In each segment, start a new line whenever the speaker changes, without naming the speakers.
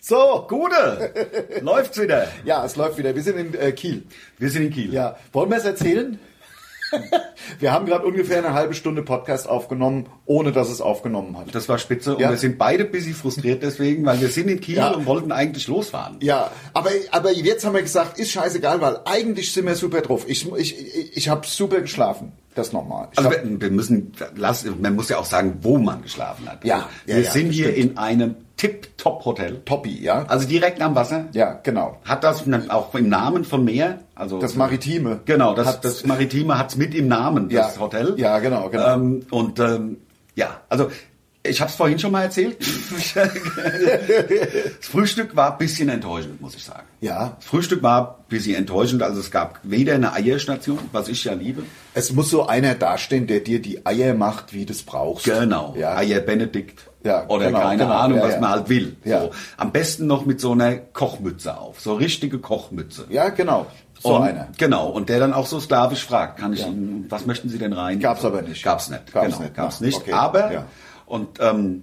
So, Gude, läuft's wieder.
Ja, es läuft wieder. Wir sind in äh, Kiel.
Wir sind in Kiel.
Ja, wollen wir es erzählen? wir haben gerade ungefähr eine halbe Stunde Podcast aufgenommen, ohne dass es aufgenommen hat.
Das war spitze und
Ja.
wir sind beide ein bisschen frustriert deswegen, weil wir sind in Kiel
Ja.
und wollten eigentlich losfahren.
Ja, aber, aber jetzt haben wir gesagt, ist scheißegal, weil eigentlich sind wir super drauf. Ich, ich, ich, ich habe super geschlafen. Das nochmal. Ich
Also
hab-
wir, wir müssen, lass, man muss ja auch sagen, wo man geschlafen hat.
Ja, ja,
wir
ja,
sind
das
hier
stimmt.
in einem Tip-Top-Hotel,
Toppi, ja?
also direkt am Wasser.
Ja, genau.
Hat das dann auch im Namen vom Meer, also
Das Maritime.
Genau, das,
Hat's-
das Maritime hat's mit im Namen, das
Ja.
Hotel.
Ja, genau, genau.
Ähm, und ähm, ja, also ich habe es vorhin schon mal erzählt. das Frühstück war ein bisschen enttäuschend, muss ich sagen.
Ja.
Das Frühstück war ein bisschen enttäuschend. Also es gab weder eine Eierstation, was ich ja liebe.
Es muss so einer dastehen, der dir die Eier macht, wie du es brauchst.
Genau,
Ja.
Eier Benedikt.
Ja,
oder
genau,
keine
genau,
Ahnung,
ja,
was
ja.
man halt will.
Ja.
So. Am besten noch mit so einer Kochmütze auf. So richtige Kochmütze.
ja, genau. So
und,
einer.
Genau, und der dann auch so sklavisch fragt, kann ich
Ja.
Ihnen, was möchten Sie denn rein?
Gab's aber nicht.
Gab's nicht,
Gab's
genau,
nicht,
gab's
ja.
nicht.
Okay,
Aber,
ja.
und ähm,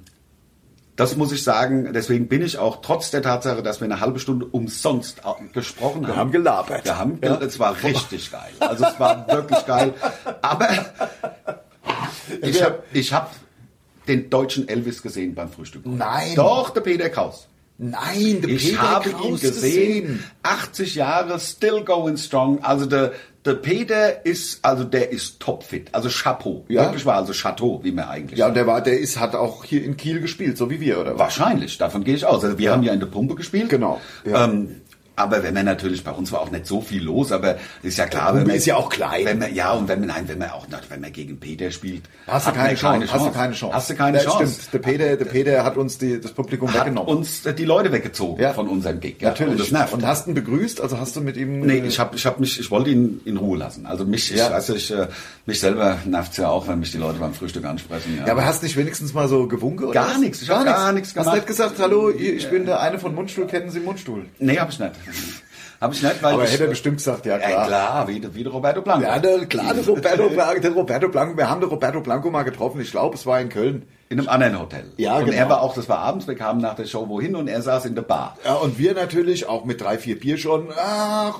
das muss ich sagen, deswegen bin ich auch trotz der Tatsache, dass wir eine halbe Stunde umsonst au- gesprochen
Wir
haben.
haben gelabert.
Wir haben,
Ja.
gel- es war richtig geil. Also es war wirklich geil. Aber ich
Wir-
habe ich hab den deutschen Elvis gesehen beim Frühstück.
Nein.
Doch, der Peter Kraus.
Nein, der
Ich
Peter
habe ihn
Kraus
gesehen. 80 Jahre, still going strong. Also der, der Peter ist, also der ist topfit. Also Chapeau.
Ja.
Wirklich war also Chateau, wie man eigentlich
Ja,
sagt.
und der war, der ist, hat auch hier in Kiel gespielt, so wie wir, oder was?
Wahrscheinlich, davon gehe ich aus. Also wir haben ja in der Pumpe gespielt.
Genau, ja.
Ähm, aber wenn man natürlich, bei uns war auch nicht so viel los, aber ist ja klar, wenn
Pumpe
man,
ist ja auch klein.
Wenn man, ja, und wenn man, nein, wenn man auch nicht, wenn man gegen Peter spielt,
Hast du
hat
keine
man
Chance, Hast du keine Chance.
Hast du keine
Ja,
Chance.
Stimmt. Der Peter, der Peter hat uns die, das Publikum
Hat
weggenommen.
uns äh, die Leute weggezogen
Ja.
von unserem Gig. ja.
Natürlich.
Und das nervt.
Und hast ihn begrüßt? Also hast du mit ihm.
Nee,
äh,
ich hab, ich hab mich, ich wollte ihn in Ruhe lassen. Also mich, ich
Ja.
weiß ich, äh, mich selber nervt's ja auch, wenn mich die Leute beim Frühstück ansprechen.
Ja, aber hast nicht wenigstens mal so gewunken? oder
Gar
was?
nichts, ich hab gar nichts
Hast
gemacht.
nicht gesagt, hallo, ihr- ich bin der eine von Mundstuhl, kennen Sie Mundstuhl?
nee, hab ich nicht. hab ich nicht, weil
Aber
ich,
hätte er bestimmt gesagt, ja
ja,
klar.
klar, wie, der- wie der Roberto Blanco.
Ja, der, klar, der Roberto, Blanco, der Roberto Blanco, wir haben den Roberto Blanco mal getroffen, ich glaube, es war in Köln.
In einem anderen Hotel.
Ja,
und
genau.
er war auch, das war abends, wir kamen nach der Show wohin und er saß in der Bar.
Ja, und wir natürlich auch mit drei, vier Bier schon. Ah,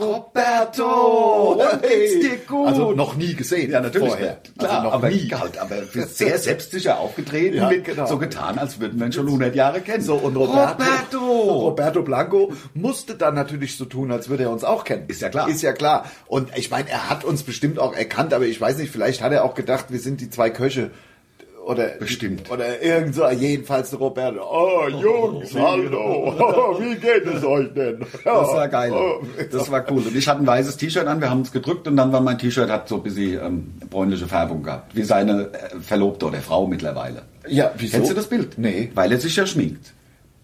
Roberto,
Roberto,
Oh, geht's dir gut?
Oh, Also noch nie gesehen. vorher.
Vorher. Klar,
also noch
aber
nie.
Halt, aber sehr selbstsicher aufgetreten,
Ja,
mit,
genau.
so getan, als würden wir ihn schon 100 Jahre kennen.
So, und Roberto,
Roberto!
Roberto Blanco musste dann natürlich so tun, als würde er uns auch kennen.
Ist ja klar.
Ist ja klar. Und ich meine, er hat uns bestimmt auch erkannt, aber ich weiß nicht, vielleicht hat er auch gedacht, wir sind die zwei Köche. Oder,
Bestimmt.
Oder irgend so, jedenfalls Roberto. Oh, Jungs, hallo. Wie geht es euch denn?
Das war
Oh.
geil. Das war cool. Und ich hatte ein weißes T-Shirt an, wir haben uns gedrückt und dann war mein T-Shirt, hat so ein bisschen ähm, bräunliche Färbung gehabt. Wie seine äh, Verlobte oder Frau mittlerweile.
Ja, wieso?
Kennst du das Bild?
Nee.
Weil er sich ja schminkt.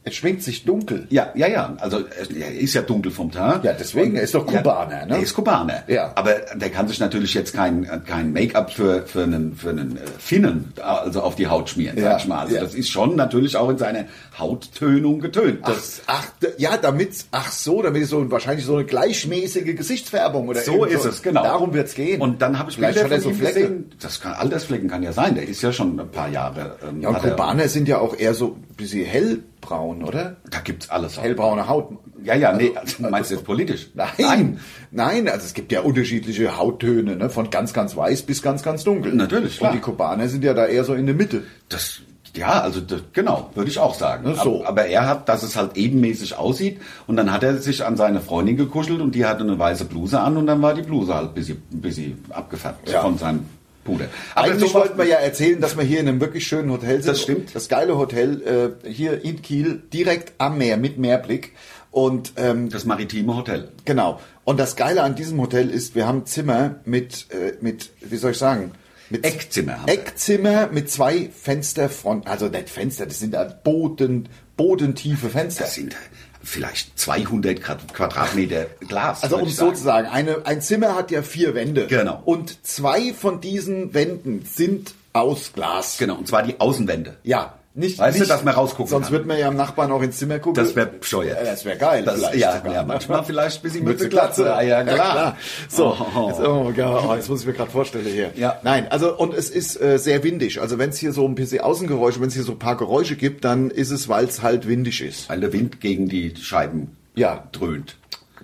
Es schwingt sich dunkel.
Ja, ja, ja. Also er ist ja dunkel vom Teint.
Ja, deswegen, er ist doch Kubaner,
ja,
ne?
Er ist Kubaner.
Ja.
Aber der kann sich natürlich jetzt kein, kein Make-up für, für einen, für einen äh, Finnen also auf die Haut schmieren,
Ja,
sag ich mal. Also
ja.
das ist schon natürlich auch in seiner Hauttönung getönt.
Ach,
Das,
ach, d- ja, damit, ach so, damit ist so wahrscheinlich so eine gleichmäßige Gesichtsfärbung oder
So
irgend
ist es, genau.
Darum wird's gehen.
Und dann habe ich
vielleicht
Bilder
hat er so
von ihm
Flecken.
gesehen. Das kann, Altersflecken kann ja sein. Der ist ja schon ein paar Jahre. ähm,
Ja, und
hat er-
Kubaner sind ja auch eher so ein bisschen hellbraun, oder?
Da gibt's alles.
Hellbraune Haut.
Ja, ja, nee. Also, meinst du jetzt politisch?
Nein, nein, also es gibt ja unterschiedliche Hauttöne, ne? von ganz, ganz weiß bis ganz, ganz dunkel.
Natürlich, klar.
Und die Kubaner sind ja da eher so in der Mitte.
Das, ja, also das, genau, würde ich auch sagen.
Ne, so.
Aber, aber er hat, dass es halt ebenmäßig aussieht und dann hat er sich an seine Freundin gekuschelt und die hatte eine weiße Bluse an und dann war die Bluse halt ein bisschen, ein bisschen abgefärbt
Ja.
von seinem Puder.
Eigentlich
so-
wollten wir ja erzählen, dass wir hier in einem wirklich schönen Hotel sind.
Das stimmt.
Das geile Hotel äh, hier in Kiel, direkt am Meer, mit Meerblick. Und ähm,
das maritime Hotel.
Genau. Und das Geile an diesem Hotel ist, wir haben Zimmer mit, äh, mit wie soll ich sagen, mit
Eckzimmer haben wir.
Eckzimmer mit zwei Fensterfronten, also nicht Fenster, das sind halt Boden, bodentiefe Fenster.
Das sind vielleicht 200 Grad- Quadratmeter Glas.
Also
würde
um
ich
es
sagen.
so zu sagen, eine, ein Zimmer hat ja vier Wände.
Genau.
Und zwei von diesen Wänden sind aus Glas.
Genau, und zwar Genau, die Außenwände.
Ja, Nicht,
Weißt du,
nicht,
dass man rausgucken
Sonst
kann.
wird man ja am Nachbarn auch ins Zimmer gucken.
Das wäre bescheuert.
Ja, das wäre geil.
Das-
vielleicht
ja,
sogar.
ja, manchmal vielleicht ein bisschen
Mütze, Glatze.
Ah, ja, klar.
So,
Oh.
Jetzt, oh, ja, oh, jetzt muss ich mir gerade vorstellen hier.
Ja.
Nein, also und es ist äh, sehr windig. Also wenn es hier so ein bisschen Außengeräusche, wenn es hier so ein paar Geräusche gibt, dann ist es, weil es halt windig ist.
Weil der Wind gegen die Scheiben
Ja.
dröhnt.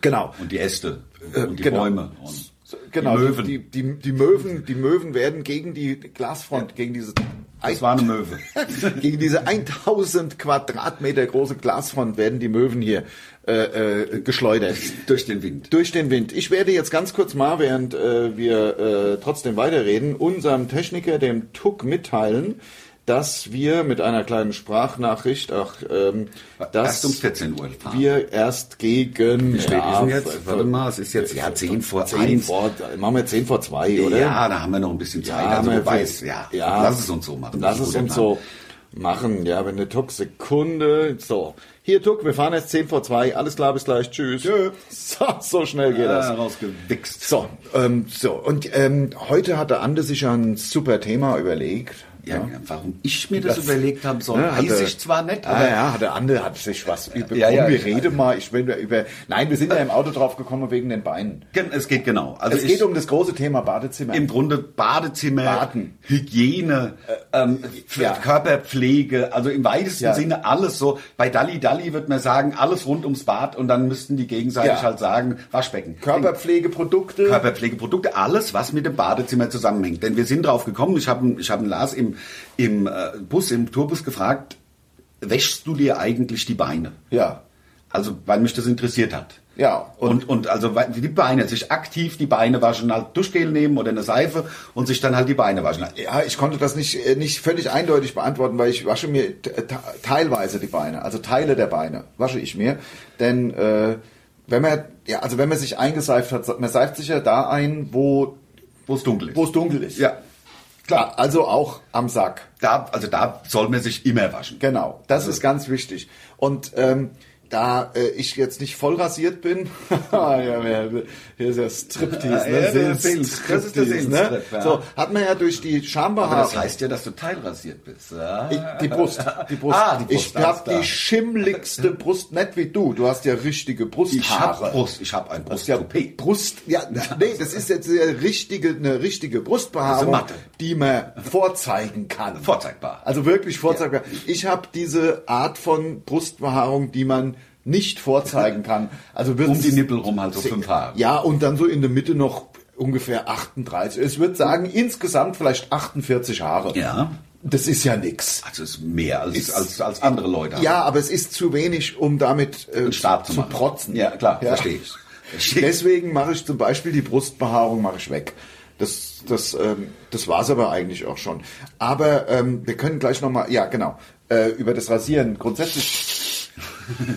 Genau.
Und die Äste
Äh,
und die
genau.
Bäume. Und
Genau,
Die Möwen.
Die, die, die Möwen, die Möwen werden gegen die Glasfront, gegen diese
das war eine Möwe.
gegen diese 1000 Quadratmeter große Glasfront werden die Möwen hier äh, äh, geschleudert.
Durch den Wind.
Durch den Wind. Ich werde jetzt ganz kurz mal, während äh, wir äh, trotzdem weiterreden, unserem Techniker, dem Tuck, mitteilen, dass wir mit einer kleinen Sprachnachricht, ach, ähm,
Erst um
dass
14 Uhr fahren.
wir erst gegen...
Wie spät ist denn
f-
jetzt? um Warte mal, es ist jetzt ja 10 vor
10
1.
vor, machen wir 10 vor 2, oder?
Ja, da haben wir noch ein bisschen Zeit. also
aber
wer weiß,
für-
ja. Lass es uns so machen.
Lass
Das
es
ist ein
uns
guter
so machen. Ja, wenn der Tuck Sekunde. So. Hier, Tuck, wir fahren jetzt 10 vor 2. Alles klar, bis gleich. Tschüss.
Tschö.
So, so schnell geht
Plan.
das.
Ah, rausgewichst.
So, ähm, so. Und ähm, heute hatte Ande sich ja ein super Thema überlegt.
Ja, warum ich mir das,
Das-
überlegt habe, soll,
Ne,
weiß
hatte-
ich zwar nicht,
Ah,
aber
ja, hatte Ande hat sich was über.
Ja, ja,
komm, wir
ja.
reden mal. Ich will da über. Nein, wir sind ja im Auto drauf gekommen wegen den Beinen.
gen- es geht genau. Also
Es
ich,
geht um das große Thema Badezimmer.
im Grunde Badezimmer,
Baden. Äh,
Hygiene, ähm,
ja.
Körperpflege, also im weitesten
Ja.
Sinne alles so. Bei Dalli Dalli wird man sagen, alles rund ums Bad und dann müssten die gegenseitig
Ja.
halt sagen, Waschbecken. Äh,
Körperpflegeprodukte.
Körperpflegeprodukte, alles, was mit dem Badezimmer zusammenhängt. Denn wir sind drauf gekommen, ich habe ich hab einen Lars im, im äh, Bus, im Tourbus gefragt, wäschst du dir eigentlich die Beine?
ja.
Also, weil mich das interessiert hat.
Ja,
Und, und also weil die Beine, sich aktiv die Beine waschen, halt Duschgel nehmen oder eine Seife und sich dann halt die Beine waschen.
Ja, ich konnte das nicht, äh, nicht völlig eindeutig beantworten, weil ich wasche mir t- te- teilweise die Beine, also Teile der Beine wasche ich mir. Denn äh, wenn man, ja, also wenn man sich eingeseift hat, man seift sich ja da ein, wo
Wo es dunkel ist.
wo es dunkel ist.
ja,
Klar, also auch am Sack.
da, also da soll man sich immer waschen.
Genau, das
Also
ist ganz wichtig. Und ähm, da äh, ich jetzt nicht voll rasiert bin, ja, ja, hier ist ja Striptease, ne?
Ja, ja, der
Seelenstriptease,
Seelenstrip, das ist der
ne?
Seelenstrip, ja.
So, hat man ja durch die
Aber
Schambehaarung.
das heißt ja, dass du teilrasiert bist. äh? Ja.
Ich, die Brust, die Brust.
Ah, die Brust,
ich hab
alles klar.
die schimmligste Brust, nicht wie du. Du hast ja richtige
ich habe
Brusthaare.
Brust, ich habe ein
Das ist Also, ja
Brustcoupé.
Brust, ja, nee, das ist jetzt eine richtige, eine richtige Brustbehaarung,
Das ist eine Matte.
die man vorzeigen kann.
Vorzeigbar.
Also wirklich vorzeigbar. Ich habe diese Art von Brustbehaarung, die man nicht vorzeigen kann. Also wird's-
Um die Nippel rum halt so fünf Haare.
Ja, und dann so in der Mitte noch ungefähr 38. Es würde sagen, insgesamt vielleicht 48 Haare.
Ja.
Das ist ja nix.
Also ist mehr als, als, als andere Leute. haben.
Ja, aber es ist zu wenig, um damit äh,
Einen Stab zu,
zu
machen.
protzen.
Ja, klar, verstehe ich. Verstehe ich.
Deswegen mache ich zum Beispiel die Brustbehaarung mache ich weg. Das, das, ähm, das war's aber eigentlich auch schon. Aber ähm, wir können gleich nochmal, ja genau, äh, über das Rasieren. Grundsätzlich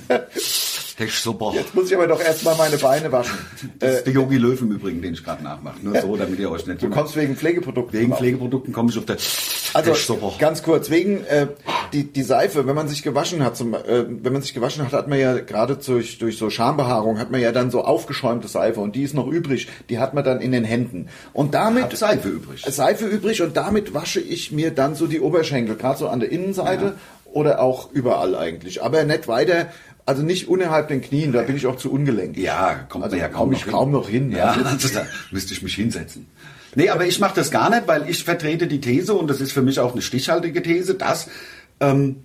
Das ist super.
muss ich aber doch erstmal meine Beine waschen.
Das ist der Yogi Löw im Übrigen, den ich gerade nachmache. Nur so, damit ihr euch nicht
Du kommst wegen Pflegeprodukten.
Wegen
drauf.
Pflegeprodukten komme ich auf der
Genau. Also
Das ist super.
ganz kurz, wegen äh, die, die Seife, wenn man sich gewaschen hat, zum, äh, wenn man sich gewaschen hat, hat man ja gerade durch, durch so Schambehaarung, hat man ja dann so aufgeschäumte Seife und die ist noch übrig, die hat man dann in den Händen. Und damit
Hat Seife übrig.
Seife übrig und damit wasche ich mir dann so die Oberschenkel, gerade so an der Innenseite oder auch überall eigentlich. Aber nicht weiter, also nicht unterhalb den Knien, da bin ich auch zu ungelenk.
Ja, kommt
Also
man ja
komm
kaum
ich kaum noch hin,
Ja,
also.
also da müsste ich mich hinsetzen. Nee, aber ich mache das gar nicht, weil ich vertrete die These, und das ist für mich auch eine stichhaltige These, dass ähm,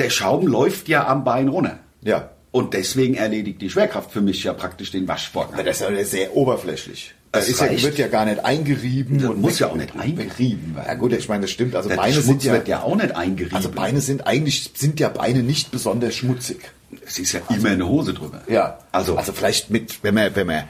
der Schaum läuft ja am Bein runter.
Ja.
Und deswegen erledigt die Schwerkraft für mich ja praktisch den Waschvorgang.
Aber das ist ja sehr oberflächlich.
Das
Das ist ja,
reicht.
wird ja gar nicht eingerieben.
Das
und
muss ja auch nicht eingerieben werden.
Ja gut, ich meine, das stimmt. Also
Der
Beine
Schmutz
sind ja,
wird ja auch nicht eingerieben.
also Beine sind eigentlich sind ja Beine nicht besonders schmutzig.
es ist ja immer eine Hose drüber.
also
Also,
also vielleicht mit, wenn man wenn man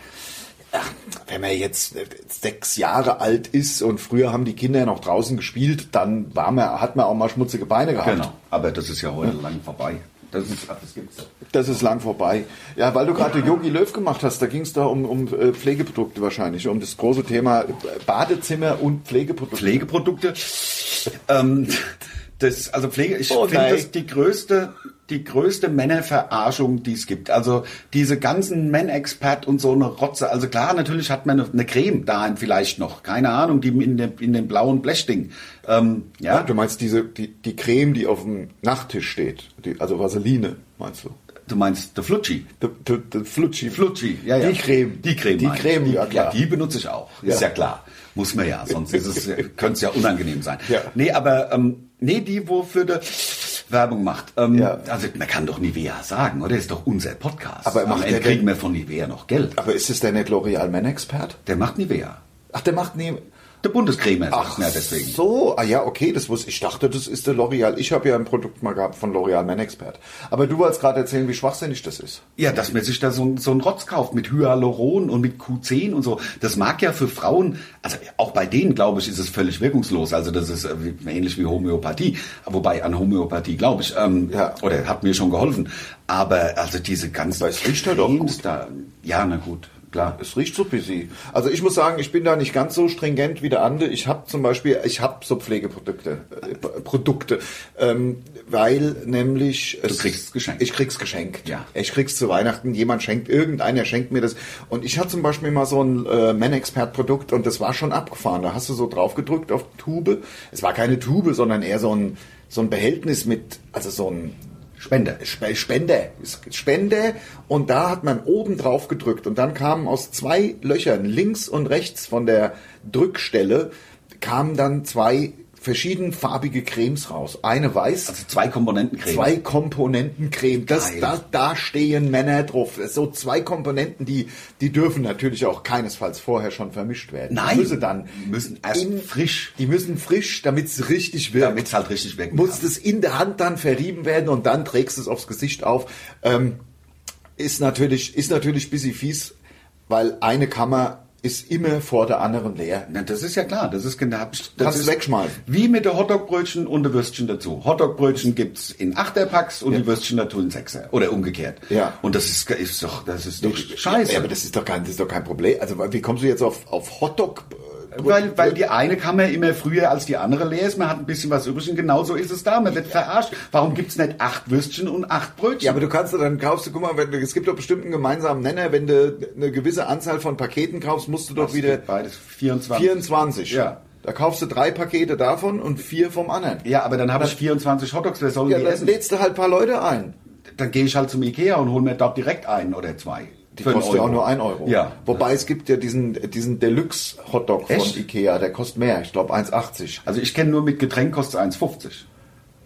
ach, wenn man jetzt äh, sechs Jahre alt ist und früher haben die Kinder noch draußen gespielt, dann war man, hat man auch mal schmutzige Beine gehabt.
genau. Aber das ist ja heute lang vorbei. Das ist, das gibt's. doch.
Das ist lang vorbei. Ja, weil du gerade Yogi Löw gemacht hast, da ging es da um, um äh, Pflegeprodukte wahrscheinlich, um das große Thema Badezimmer und Pflegeprodukte.
Pflegeprodukte. Ähm, das, also Pflege, ich
Oh
finde
nein.
das die größte die größte Männerverarschung, die es gibt. Also diese ganzen Men-Expert und so eine Rotze. Also klar, natürlich hat man eine, eine Creme daheim vielleicht noch. Keine Ahnung, die in dem, in dem blauen Blechding. Ähm, ja,
Du meinst diese, die, die Creme, die auf dem Nachttisch steht, die, also Vaseline, meinst du?
du meinst der Flutschi.
Die, die, die Flutschi.
Flutschi, ja, ja.
Die Creme.
Die Creme.
Die
meine ich.
Creme,
die,
ja, klar.
die benutze ich auch. Ist
Ja.
ja klar. Muss man ja, sonst ist es, könnte es ja unangenehm sein.
Ja.
Nee, aber, ähm, nee, die, wofür der Werbung macht. Ähm,
Ja.
Also, man kann doch Nivea sagen, oder? Ist doch unser Podcast.
Aber
Am
macht
Ende
der denn-
kriegen wir von Nivea noch Geld.
Aber ist es denn nicht L'Oreal Man Expert?
Der macht Nivea.
Ach, der macht nie.
Der Bundescremer
Ach,
sagt mir deswegen.
so. Ah ja, okay, das wusste ich. Ich dachte, das ist der L'Oreal. Ich habe ja ein Produkt mal gehabt von L'Oreal Man Expert. Aber du wolltest gerade erzählen, wie schwachsinnig das ist.
Ja, dass man sich da so, so einen Rotz kauft mit Hyaluron und mit Q10 und so. Das mag ja für Frauen, also auch bei denen, glaube ich, ist es völlig wirkungslos. Also das ist äh, wie- ähnlich wie Homöopathie. Wobei an Homöopathie glaube ich, ähm,
Ja.
oder hat mir schon geholfen. Aber also diese ganzen
Aber es riecht halt auch
Cremes da, ja, na gut, klar.
Es riecht so busy. Also ich muss sagen, ich bin da nicht ganz so stringent wie der andere. Ich habe zum Beispiel, ich habe so Pflegeprodukte, äh, P- Produkte, ähm, weil nämlich du
kriegst's geschenkt.
Ich krieg's geschenkt.
Ja.
Ich krieg's zu Weihnachten. Jemand schenkt, irgendeiner schenkt mir das. Und ich hatte zum Beispiel mal so ein äh, Man-Expert-Produkt und das war schon abgefahren. Da hast du so drauf gedrückt auf Tube. Es war keine Tube, sondern eher so ein so ein Behältnis mit, also so ein
Spender.
Sp- Spende. Ist Spende. Und da hat man oben drauf gedrückt. Und dann kamen aus zwei Löchern, links und rechts von der Drückstelle, kamen dann zwei verschiedenfarbige Cremes raus. Eine weiß,
Also zwei Komponentencreme.
zwei Komponenten Creme. Das,
Geil.
da, da stehen Männer drauf. So zwei Komponenten, die, die dürfen natürlich auch keinesfalls vorher schon vermischt werden.
Nein.
Die müssen dann
Müssen erst frisch.
Die müssen frisch, damit's richtig wirkt
Damit's halt richtig wirken
muss
kann.
es in der Hand dann verrieben werden und dann trägst du es aufs Gesicht auf. Ähm, ist natürlich, ist natürlich ein bisschen fies, weil eine Kammer ist immer vor der anderen leer.
Na, das ist ja klar, das ist genau. Das
Kannst
ist
wegschmeißen.
Wie mit der Hotdogbrötchen und der Würstchen dazu. Hotdogbrötchen gibt's in Achterpacks und die Würstchen dazu in Sechser oder umgekehrt.
Ja.
Und das ist, ist doch, das ist doch scheiße.
Ja, aber das ist doch kein, das ist doch kein Problem. Also wie kommst du jetzt auf, auf Hotdog? äh,
weil, weil die eine Kammer immer früher als die andere leer ist, man hat ein bisschen was übrig und genauso ist es da, man wird verarscht. Warum gibt's nicht acht Würstchen und acht Brötchen?
Ja, aber du kannst doch dann kaufst du, guck mal, wenn, du- es gibt doch bestimmt einen gemeinsamen Nenner, wenn du eine gewisse Anzahl von Paketen kaufst, musst du doch
Das
wieder
geht beides 24.
24.
Ja.
Da kaufst du drei Pakete davon und vier vom anderen.
Ja, aber dann habe ich 24 Hotdogs, wer soll
Ja,
die
dann
essen?
lädst du halt ein paar Leute ein.
Dann gehe ich halt zum Ikea und hole mir dort direkt einen oder zwei.
Die
Für einen
kostet ja auch
Euro.
nur 1 Euro.
Ja.
Wobei es gibt ja diesen, diesen Deluxe-Hotdog von
Echt?
Ikea, der kostet mehr, ich glaube 1,80.
Also ich kenne nur mit Getränk kostet 1,50.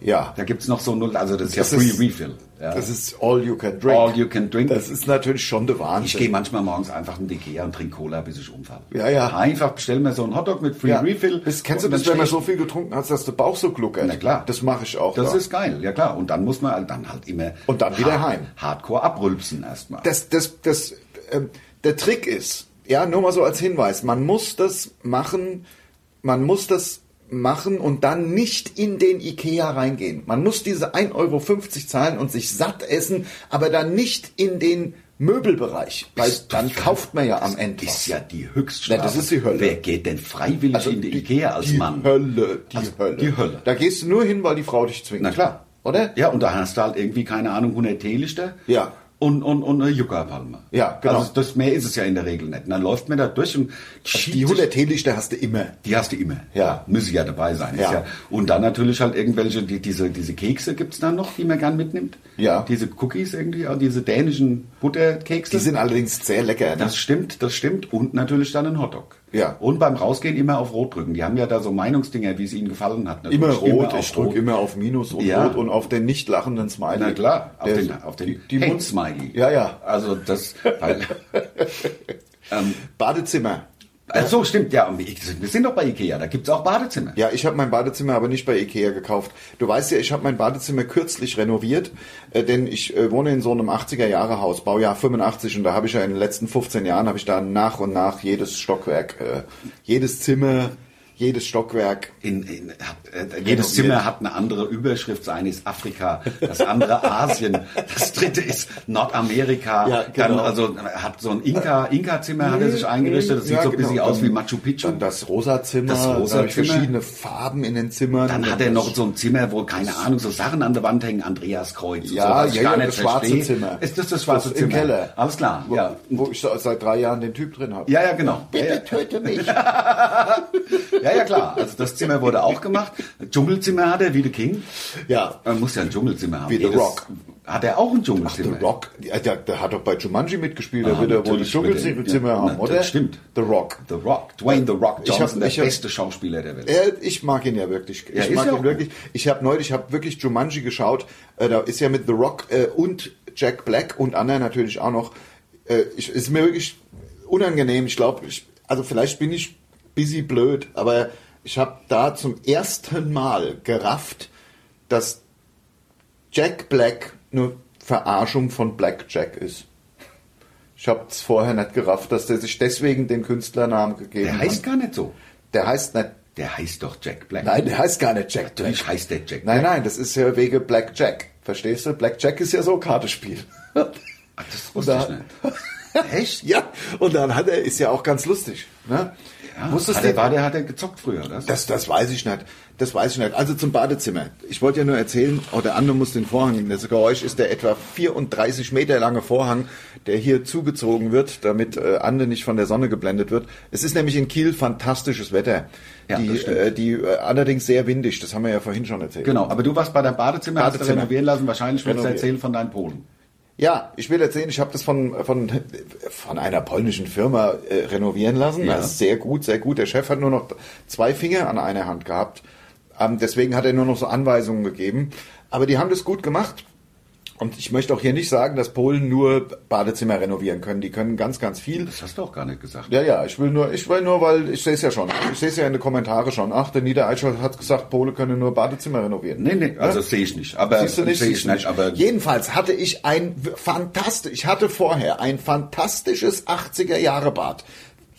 Ja.
Da gibt's noch so null, also das ist
Das
ja Free
ist-
Refill. Ja.
Das ist all you can drink.
All you can drink.
Das ist natürlich schon der Wahnsinn.
ich gehe manchmal morgens einfach in die Ikea und trinke Cola, bis ich umfalle.
Ja, ja.
Einfach bestell mir so einen Hotdog mit Free
ja.
Refill.
Das kennst du,
und dann
das, wenn man so
stehe
viel getrunken hat, dass der Bauch so gluckert.
Na klar.
Das mache ich auch.
ich- Das
da.
ist geil, ja klar. Und dann muss man halt- dann halt immer.
Und dann wieder
hard-
heim.
Hardcore abrülpsen erstmal.
das, das, das, ähm, der Trick ist, ja, nur mal so als Hinweis, man muss das machen, man muss das machen und dann nicht in den Ikea reingehen. Man muss diese 1,50 Euro zahlen und sich satt essen, aber dann nicht in den Möbelbereich, weil
Ist
dann
doch-
kauft man ja am Ende
Ist
was.
ja die Höchststrafe.
Na, das ist die Hölle. Also
Wer geht denn freiwillig in die, Ikea als
die
Mann?
Hölle, die
Also,
Hölle.
die Hölle.
Da gehst du nur hin, weil die Frau dich zwingt.
Na klar.
Oder?
Ja, und da hast du halt irgendwie, keine Ahnung, 100 Teelichter.
Ja.
Und, und, und eine Yucca-Palme.
Ja, genau. Also
Also das, mehr ist es ja in der Regel nicht. Und dann läuft man da durch und schiebt
Die
sich-
100 Teelichter hast du immer.
Die hast du immer.
Ja.
Müssen ja dabei sein.
Ja.
Ist ja. Und dann natürlich halt irgendwelche, die, diese, diese Kekse gibt's dann noch, die man gern mitnimmt.
Ja.
Diese Cookies irgendwie, auch diese dänischen Butterkekse.
Die sind allerdings sehr lecker. Ne?
das stimmt, das stimmt. Und natürlich dann ein Hotdog.
Ja.
Und beim Rausgehen immer auf Rot drücken. Die haben ja da so Meinungsdinger, wie es ihnen gefallen hat.
Immer
Natürlich
rot,
auf
ich drücke
Rot.
immer auf Minus und
Ja.
Rot und auf den nicht lachenden Smiley.
Na klar, auf
Der-
den, auf den
die, die
Hate
Mund
Smiley.
Ja, ja.
Also das, weil, ähm,
Badezimmer.
ach so stimmt, ja, und ich- wir sind doch bei Ikea, da gibt's auch Badezimmer.
Ja, ich habe mein Badezimmer aber nicht bei Ikea gekauft. Du weißt ja, ich habe mein Badezimmer kürzlich renoviert, äh, denn ich äh, wohne in so einem 80er-Jahre-Haus, Baujahr 85 und da habe ich ja in den letzten 15 Jahren, habe ich da nach und nach jedes Stockwerk, äh, jedes Zimmer, jedes Stockwerk.
In, in, hat, äh, jedes Zimmer hat eine andere Überschrift. Das eine ist Afrika, das andere Asien, das dritte ist Nordamerika.
Ja,
Dann
genau. Mhm.
also äh, hat so ein Inka, Inka-Zimmer hat er sich eingerichtet. Das sieht
Ja,
so ein bisschen
genau.
aus wie Machu Picchu.
Dann das rosa Zimmer,
Das rosa
dann hab ich
Zimmer.
verschiedene Farben in den Zimmern.
Dann hat er noch so ein Zimmer, wo, keine Ahnung, so Sachen an der Wand hängen, Andreas Kreuz.
Ja,
und so, was ich
ja,
gar
ja,
nicht
das schwarze
verstehe.
Zimmer.
Ist das das schwarze
Das im
Zimmer?
Keller.
Alles klar,
wo,
ja.
wo ich so- seit drei Jahren den Typ drin habe.
Ja, ja, genau. Ja, ja.
töte mich.
ja, ja, klar. Also das Zimmer wurde auch gemacht. Dschungelzimmer hat er, wie The King.
ja.
Man muss ja ein Dschungelzimmer haben.
Wie The
Jedes-
Rock.
Hat er auch ein
The
Dschungelzimmer?
Rock, ja, der, der hat doch bei Jumanji mitgespielt,
Ah,
der wird ja wohl das
natürlich wird er-
Dschungelzimmer
ja,
haben,
na,
oder?
das stimmt.
The Rock.
The Rock. Dwayne The Rock
Ich hab-
Johnson, der
ich hab-
beste Schauspieler der Welt.
Er, ich mag ihn ja wirklich.
Ja,
ich
ist
mag
ja
ihn
auch
wirklich. Ich habe neulich, ich habe wirklich Jumanji geschaut. Äh, da ist ja mit The Rock äh, und Jack Black und anderen natürlich auch noch. Äh, ich, ist mir wirklich unangenehm. Ich glaube, ich, also vielleicht bin ich busy blöd, aber ich habe da zum ersten Mal gerafft, dass Jack Black eine Verarschung von Black Jack ist. Ich habe es vorher nicht gerafft, dass der sich deswegen den Künstlernamen gegeben
der heißt
hat.
gar nicht so.
Der heißt nicht
Der heißt doch Jack Black.
Nein, der heißt gar nicht Jack Black.
Natürlich heißt der Jack
Nein, nein, das ist ja wegen Blackjack. Verstehst du? Blackjack ist ja so ein Kartenspiel.
Ach, das wusste
Da-
ich nicht. Echt?
ja, und dann hat er, ist ja auch ganz lustig. Ne?
Ja,
Wusstest
hat er,
du,
war der, hat er gezockt früher, oder?
das, das weiß ich nicht. Das weiß ich nicht. Also zum Badezimmer. Ich wollte ja nur erzählen, oh, der andere muss den Vorhang nehmen. Das Geräusch ist der etwa 34 Meter lange Vorhang, der hier zugezogen wird, damit äh, Ande nicht von der Sonne geblendet wird. Es ist nämlich in Kiel fantastisches Wetter.
Ja,
die,
das stimmt.
äh, die äh, allerdings sehr windig. Das haben wir ja vorhin schon erzählt.
Genau, aber du warst bei der Badezimmer, hast du
Badezimmer.
renovieren lassen. Wahrscheinlich willst du
Renoviert.
erzählen von deinen Polen.
Ja, ich will erzählen, ich habe das von, von, von einer polnischen Firma äh, renovieren lassen.
Ja.
Das ist sehr gut, sehr gut. Der Chef hat nur noch zwei Finger an einer Hand gehabt. Ähm, deswegen hat er nur noch so Anweisungen gegeben. Aber die haben das gut gemacht. Und ich möchte auch hier nicht sagen, dass Polen nur Badezimmer renovieren können. Die können ganz, ganz viel.
Das hast du auch gar nicht gesagt.
Ja, ja, ich will nur, ich will nur, weil ich sehe es ja schon. Ich sehe es ja in den Kommentaren schon. Ach, der Niedereichel hat gesagt, Pole können nur Badezimmer renovieren.
Nee, nee, also sehe ich nicht. Aber
Siehst du nicht?
Sehe ich
Siehst du
nicht, aber
Jedenfalls hatte ich ein fantastisch, ich hatte vorher ein fantastisches 80er Jahre Bad.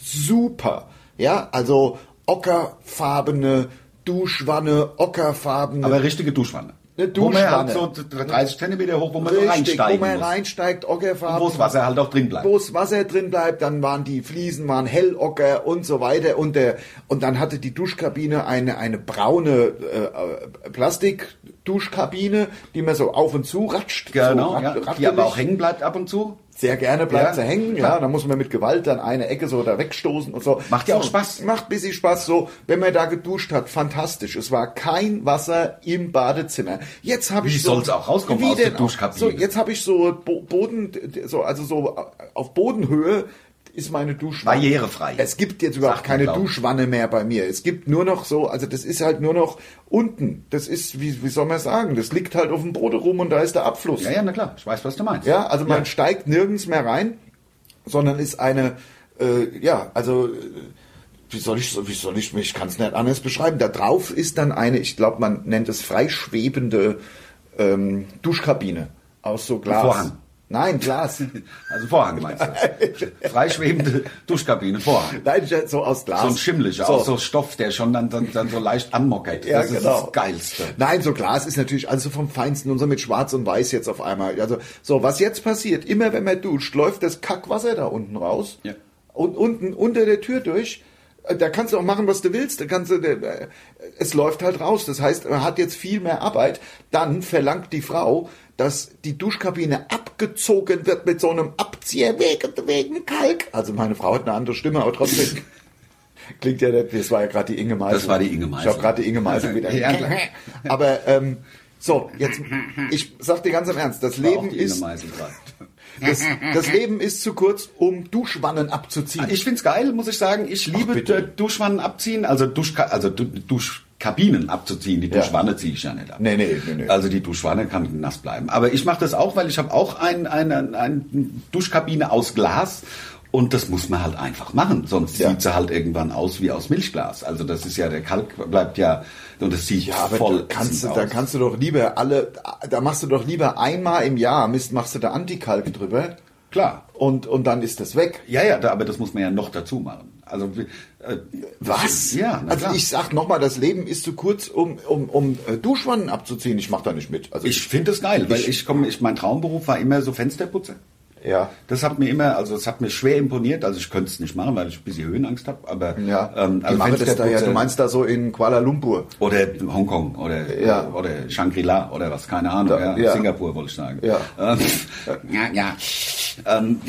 Super. Ja, also ockerfarbene Duschwanne, ockerfarbene
Aber richtige Duschwanne.
Eine
Wo man halt
Duschwanne.
so 30 Zentimeter hoch, wo man so
Richtig, wo
reinsteigen
man
muss.
reinsteigt, ockerfarben.
Wo das Wasser halt auch drin bleibt.
Wo das Wasser drin bleibt, dann waren die Fliesen, waren hellocker und so weiter. Und, der, und dann hatte die Duschkabine eine, eine braune äh, äh, Plastikduschkabine, die man so auf und zu ratscht.
Genau,
so rat-
ja, die
rattelig.
aber auch hängen bleibt ab und zu.
Sehr gerne bleibt
Ja,
sie hängen,
klar.
ja. Dann muss man mit Gewalt dann eine Ecke so da wegstoßen und so.
Macht ja
so,
auch Spaß.
Macht ein bisschen Spaß so, wenn man da geduscht hat. Fantastisch. Es war kein Wasser im Badezimmer. Jetzt habe
Wie
ich so,
soll's auch rauskommen aus der
denn auch?
Duschkabine?
So, jetzt habe ich so Bo Boden, so, also so auf Bodenhöhe ist meine Duschwanne.
Barrierefrei.
Es gibt jetzt überhaupt
Sagt man,
keine
glaub ich.
Duschwanne mehr bei mir. Es gibt nur noch so, also das ist halt nur noch unten. Das ist, wie, wie soll man sagen, das liegt halt auf dem Boden rum und da ist der Abfluss.
Ja, ja, na klar, ich weiß, was du meinst.
Ja, also man
Ja.
steigt nirgends mehr rein, sondern ist eine, äh, ja, also äh, wie soll ich, so- wie soll ich mich, ich kann es nicht anders beschreiben. Da drauf ist dann eine, ich glaube, man nennt es freischwebende ähm, Duschkabine aus so Glas.
Vorhang.
Nein, Glas.
Also Vorhang meinst du. Freischwebende Duschkabine, Vorhang.
Nein, ich- so aus Glas.
So ein schimmlicher, auch so Stoff, der schon dann, dann, dann so leicht anmockert.
Ja,
das ist
genau.
das Geilste.
Nein, so Glas ist natürlich also vom Feinsten und so mit Schwarz und Weiß jetzt auf einmal. Also so, was jetzt passiert, immer wenn man duscht, läuft das Kackwasser da unten raus
Ja.
und unten unter der Tür durch. Äh, Da kannst du auch machen, was du willst. Da kannst du, äh, es läuft halt raus. Das heißt, man hat jetzt viel mehr Arbeit. Dann verlangt die Frau, dass die Duschkabine abgezogen wird mit so einem Abzieher wegen, wegen Kalk. Also meine Frau hat eine andere Stimme, aber trotzdem klingt ja, nicht- das war ja gerade die Inge Meisel.
Das war die Inge Meisel.
Ich habe gerade die Inge Meisel wieder.
Also, Ja, klar.
Aber ähm, so, jetzt, ich sag dir ganz im Ernst, das
Auch
Leben
die Inge
ist,
Meisel dran.
das, das Leben ist zu kurz, um Duschwannen abzuziehen.
Ich find's geil, muss ich sagen. Ich liebe
bitte.
äh, Duschwannen abziehen, also, Duschka also Du- Duschkabinen abzuziehen. Die
Ja.
Duschwanne ziehe ich ja nicht ab.
Nee, nee, nee, nee.
Also die Duschwanne kann nass bleiben. Aber ich mache das auch, weil ich habe auch ein, ein, ein, ein Duschkabine aus Glas. Und das muss man halt einfach machen, sonst
Ja.
sieht sie halt irgendwann aus wie aus Milchglas. Also das ist ja, der Kalk bleibt ja, und das sieht
ja, aber
voll
da kannst du,
ätzend
da
aus.
kannst du doch lieber alle, da machst du doch lieber einmal im Jahr, Mist, machst du da Antikalk drüber
Klar.
und, und dann ist das weg.
Ja, ja, da, aber das muss man ja noch dazu machen. Also äh,
Was?
Ja, na
also
klar.
ich sag nochmal, das Leben ist zu kurz, um, um, um äh, Duschwannen abzuziehen. Ich mach da nicht mit. Also
Ich finde das geil, weil ich komme, ich mein Traumberuf war immer so Fensterputzer.
ja.
Das hat mir immer, also es hat mir schwer imponiert. Also ich könnte es nicht machen, weil ich ein bisschen Höhenangst habe. Aber
Ja,
ähm,
Die
also
machen das da ja,
Fensterputzer
du meinst da so in Kuala Lumpur.
oder Hongkong oder
Ja.
oder Shangri-La oder was, keine Ahnung.
Da-
ja.
ja.
Singapur wollte ich sagen.
Ja.
ähm, ja, ja. Ähm,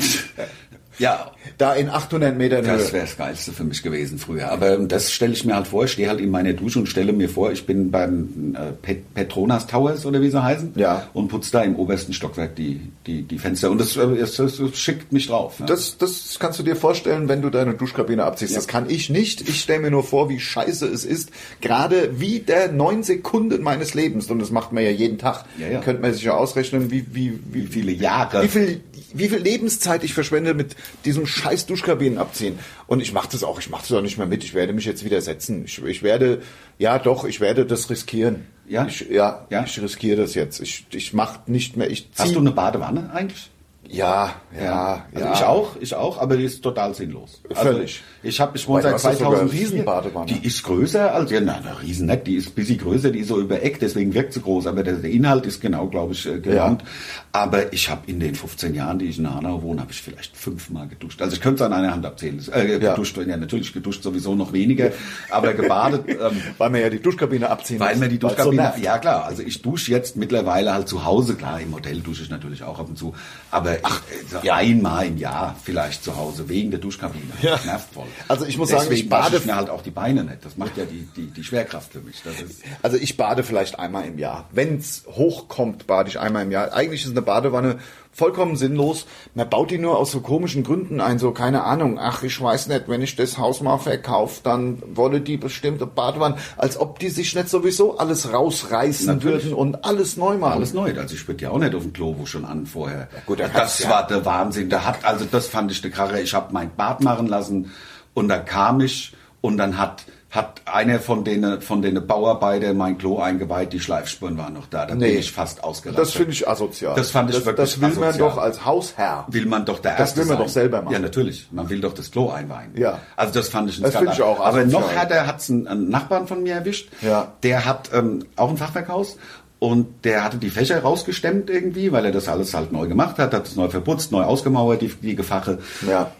ja,
Da in 800 Metern
Das
Höhe.
wäre das Geilste für mich gewesen früher. Aber das stelle ich mir halt vor. Ich stehe halt in meiner Dusche und stelle mir vor, ich bin beim äh, Pet Petronas Towers oder wie sie heißen.
Ja.
Und putze da im obersten Stockwerk die, die, die Fenster. Und das, äh, das, das, das schickt mich drauf. ne?
Das, das kannst du dir vorstellen, wenn du deine Duschkabine abziehst. Das kann ich nicht. Ich stelle mir nur vor, wie scheiße es ist. Gerade wieder neun Sekunden meines Lebens. Und das macht man ja jeden Tag.
Ja, ja.
Könnte man sich ja ausrechnen, wie, wie,
wie viele Jahre.
wie viel, wie viel Lebenszeit ich verschwende mit diesem scheiß Duschkabinen abziehen. Und ich mache das auch, ich mache das auch nicht mehr mit. Ich werde mich jetzt widersetzen. Ich, ich werde, ja doch, ich werde das riskieren.
Ja?
Ich, ja,
Ja?
ich riskiere das jetzt. Ich, ich mache nicht mehr. Ich zieh,
Hast du eine Badewanne eigentlich?
Ja, ja, ja.
Also ich auch, ich auch, aber die ist total sinnlos.
Völlig.
Also ich habe, ich wohne
Weil
seit
du hast ja sogar
2000
Riesenbadewanne.
Die ist größer als, ja, nein, eine Riesen nicht, die ist ein bisschen größer, die ist so über Eck, deswegen wirkt sie groß, aber der, der Inhalt ist genau, glaube ich, äh, genannt. Aber ich habe in den 15 Jahren, die ich in Hanau wohne, habe ich vielleicht fünfmal geduscht. Also ich könnte es an einer Hand abzählen. Äh,
Ja.
Geduscht, ja natürlich, geduscht sowieso noch weniger, aber gebadet... Ähm,
Weil man ja die Duschkabine abziehen
weil
muss.
mir die
Weil's so
Duschkabine,
nervt.
ja klar, also ich dusche jetzt mittlerweile halt zu Hause, klar, im Hotel dusche ich natürlich auch ab und zu, aber Ach, so einmal im Jahr vielleicht zu Hause, wegen der Duschkabine.
Ja.
Das nervt voll.
Also ich muss sagen, ich bade-
wasche ich mir halt auch die Beine nicht, das macht ja die, die, die Schwerkraft für mich. Das ist,
Also ich bade vielleicht einmal im Jahr. Wenn's hochkommt, bade ich einmal im Jahr. Eigentlich ist eine Badewanne vollkommen sinnlos. Man baut die nur aus so komischen Gründen ein, so keine Ahnung. Ach, ich weiß nicht, wenn ich das Haus mal verkaufe, dann wolle die bestimmte Badewanne, als ob die sich nicht sowieso alles rausreißen
Natürlich.
würden und alles neu machen.
alles neu. Also ich spürt ja auch nicht auf dem Klo, wo schon an vorher.
gut, da
das
kannst du-
war der Wahnsinn. Da hat also das fand ich eine Karre. Ich habe mein Bad machen lassen und da kam ich und dann hat hat einer von denen von denen Bauarbeitern mein Klo eingeweiht. Die Schleifspuren waren noch da. Da
Nee.
bin ich fast ausgelassen.
Das finde ich asozial.
Das fand ich
das,
wirklich
Das will man
asozial.
doch als Hausherr.
will man doch der
Das
Erste
will man
sein.
doch selber machen.
Ja, natürlich. Man will doch das Klo einweihen.
Ja.
Also das fand ich ein
Das
Skandal.
finde ich auch
Aber
asozial.
noch härter hat's einen, einen Nachbarn von mir erwischt.
Ja.
Der hat ähm, auch ein Fachwerkhaus und der hatte die Fächer rausgestemmt irgendwie, weil er das alles halt neu gemacht hat, hat es neu verputzt, neu ausgemauert, die, die Gefache.
Ja,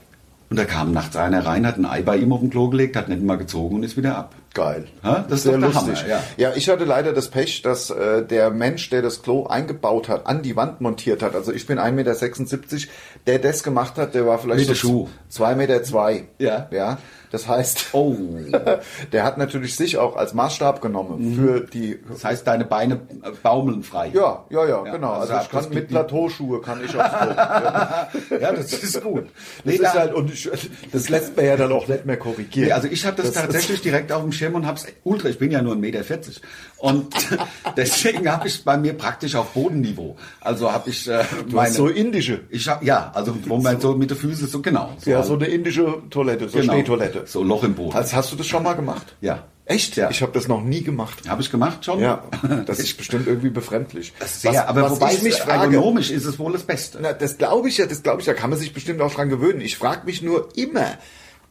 Und da kam nachts einer rein, hat ein Ei bei ihm auf dem Klo gelegt, hat nicht mal gezogen und ist wieder ab.
geil.
Ha? Das ist
Sehr
doch der
lustig.
Hammer,
ja.
ja.
ich hatte leider das Pech, dass äh, der Mensch, der das Klo eingebaut hat, an die Wand montiert hat. Also ich bin 1,76 Meter. Der das gemacht hat, der war vielleicht
Mit dem Schuh.
2,2 Meter. Zwei.
Ja.
ja. Das heißt,
Oh.
der hat natürlich sich auch als Maßstab genommen
Mhm.
für die...
Das heißt, deine Beine äh, baumeln frei.
Ja, ja, ja, genau.
also
Also,
ab
ich kann
das
mit
Pipi.
Plateauschuhe kann ich aufs Klo. ja.
Ja, das ist gut.
Das
Nee,
ist
da-
halt, und ich, das lässt man ja dann auch nicht mehr korrigieren.
Nee, also ich habe das, tatsächlich direkt auf dem Schirm und hab's ultra. Ich bin ja nur 1,40 Meter. Und deswegen habe ich bei mir praktisch auf Bodenniveau. Also habe ich äh,
Du hast
meine.
so indische.
ich hab, ja, also wo man so mit der Füße so genau. So
Ja, so eine indische Toilette, so
genau,
Stehtoilette. Also
So Loch im Boden.
Hast, hast du das schon mal gemacht?
Ja.
Echt?
Ja.
Ich habe das noch nie gemacht.
Habe ich gemacht schon?
Ja, das ist bestimmt irgendwie befremdlich.
Sehr, aber wobei
ich mich
es
frage,
ergonomisch ist es wohl das Beste.
na, das glaube ich ja, das glaube ich ja, kann man sich bestimmt auch dran gewöhnen. Ich frage mich nur immer,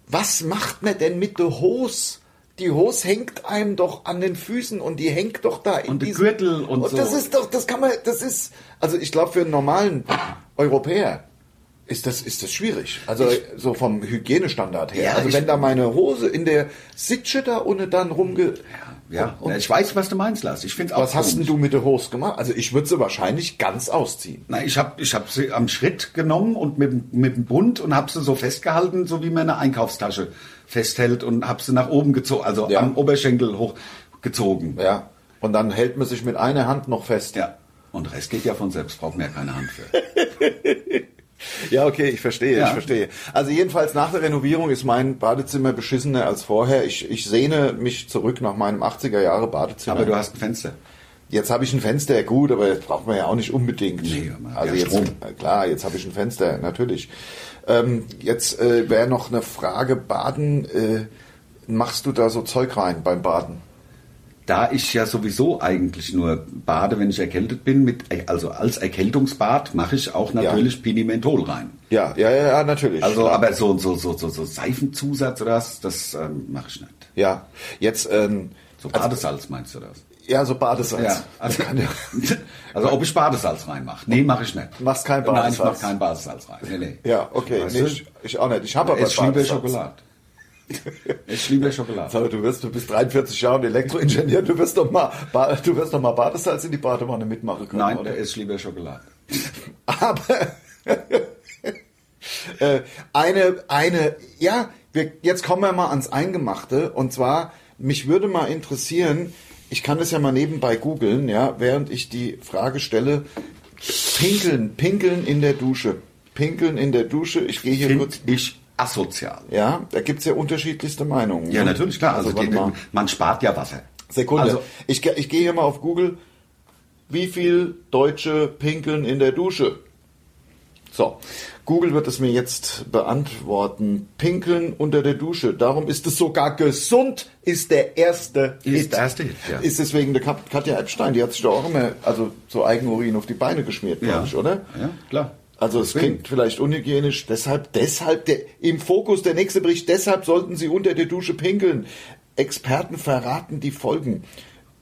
was macht man denn mit der Hose? Die Hose hängt einem doch an den Füßen und die hängt doch da in
Und der
diesem-
Gürtel und so.
Das ist doch, das kann man, das ist, also ich glaube für einen normalen Europäer ist das, ist das schwierig. Also so vom Hygienestandard her.
Ja,
also
ich-
wenn da meine Hose in der Sitsche da ohne dann rumge...
Ja,
und-
ich weiß, was du meinst, Lars. Ich finde es auch
was hast denn
komisch.
du mit der Hose gemacht? Also ich würde sie wahrscheinlich ganz ausziehen.
Na, ich habe ich hab sie am Schritt genommen und mit, dem- mit dem Bund und habe sie so festgehalten, so wie man eine Einkaufstasche festhält und habe sie nach oben gezogen, also
Ja.
am Oberschenkel hochgezogen.
Ja. Und dann hält man sich mit einer Hand noch fest.
Ja. Und Rest geht ja von selbst, braucht mir ja keine Hand für.
Ja, okay, ich verstehe,
Ja.
ich verstehe. Also jedenfalls nach der Renovierung ist mein Badezimmer beschissener als vorher. Ich, ich sehne mich zurück nach meinem 80er Jahre Badezimmer.
Aber du hast ein Fenster.
Jetzt habe ich ein Fenster, gut, aber das braucht man ja auch nicht unbedingt.
Nee, aber
also
ja,
jetzt,
Strom.
klar, jetzt habe ich ein Fenster, natürlich. Ähm, jetzt äh, wäre noch eine Frage, Baden, äh, machst du da so Zeug rein beim Baden?
da ich ja sowieso eigentlich nur bade, wenn ich erkältet bin, mit, also als Erkältungsbad mache ich auch natürlich Pinimentol rein.
Ja, ja, ja, ja, natürlich.
Also,
klar.
aber so, so, so, so, so Seifenzusatz oder was, das ähm, mache ich nicht.
Ja, jetzt, ähm,
So Badesalz meinst du das?
ja, so Badesalz.
Ja, also, also ob ich Badesalz reinmache? Nee, mache ich nicht.
Machst kein
Nein, ich
Badesalz.
mache kein Badesalz rein. Nee, nee.
Ja, okay,
Weißt
nee,
du?
ich, ich auch nicht. Ich habe aber
Ich liebe
Badesalz.
Schokolade. Ich liebe Schokolade.
Sag mal, du wirst, du bist 43 Jahre und Elektroingenieur, du wirst doch mal, Ba- du wirst doch mal Badesalz in die Badewanne mitmachen können,
Nein,
oder?
ich liebe Schokolade.
Aber äh, eine, eine, ja, wir, jetzt kommen wir mal ans Eingemachte. Und zwar, mich würde mal interessieren, ich kann das ja mal nebenbei googeln, ja, während ich die Frage stelle, pinkeln, pinkeln in der Dusche. Pinkeln in der Dusche, ich gehe hier
Finde
kurz.
ich asozial.
Ja, da gibt's ja unterschiedlichste Meinungen.
Ja,
ne?
natürlich, klar. Also,
warte
die,
mal.
man spart ja Wasser.
Sekunde.
Also,
ich ge- ich gehe hier mal auf Google. Wie viel Deutsche pinkeln in der Dusche? So, Google wird es mir jetzt beantworten. Pinkeln unter der Dusche. Darum ist es sogar gesund, ist der erste
Ist der erste Hit, ja.
Ist deswegen der Kat- Katja Epstein, die hat sich doch auch immer, also so Eigenurin auf die Beine geschmiert, glaube
Ja.
ich, oder?
Ja, klar.
Also es
Deswegen.
klingt vielleicht unhygienisch, deshalb, deshalb, der, im Fokus der nächste Bericht, deshalb sollten Sie unter der Dusche pinkeln. Experten verraten die Folgen.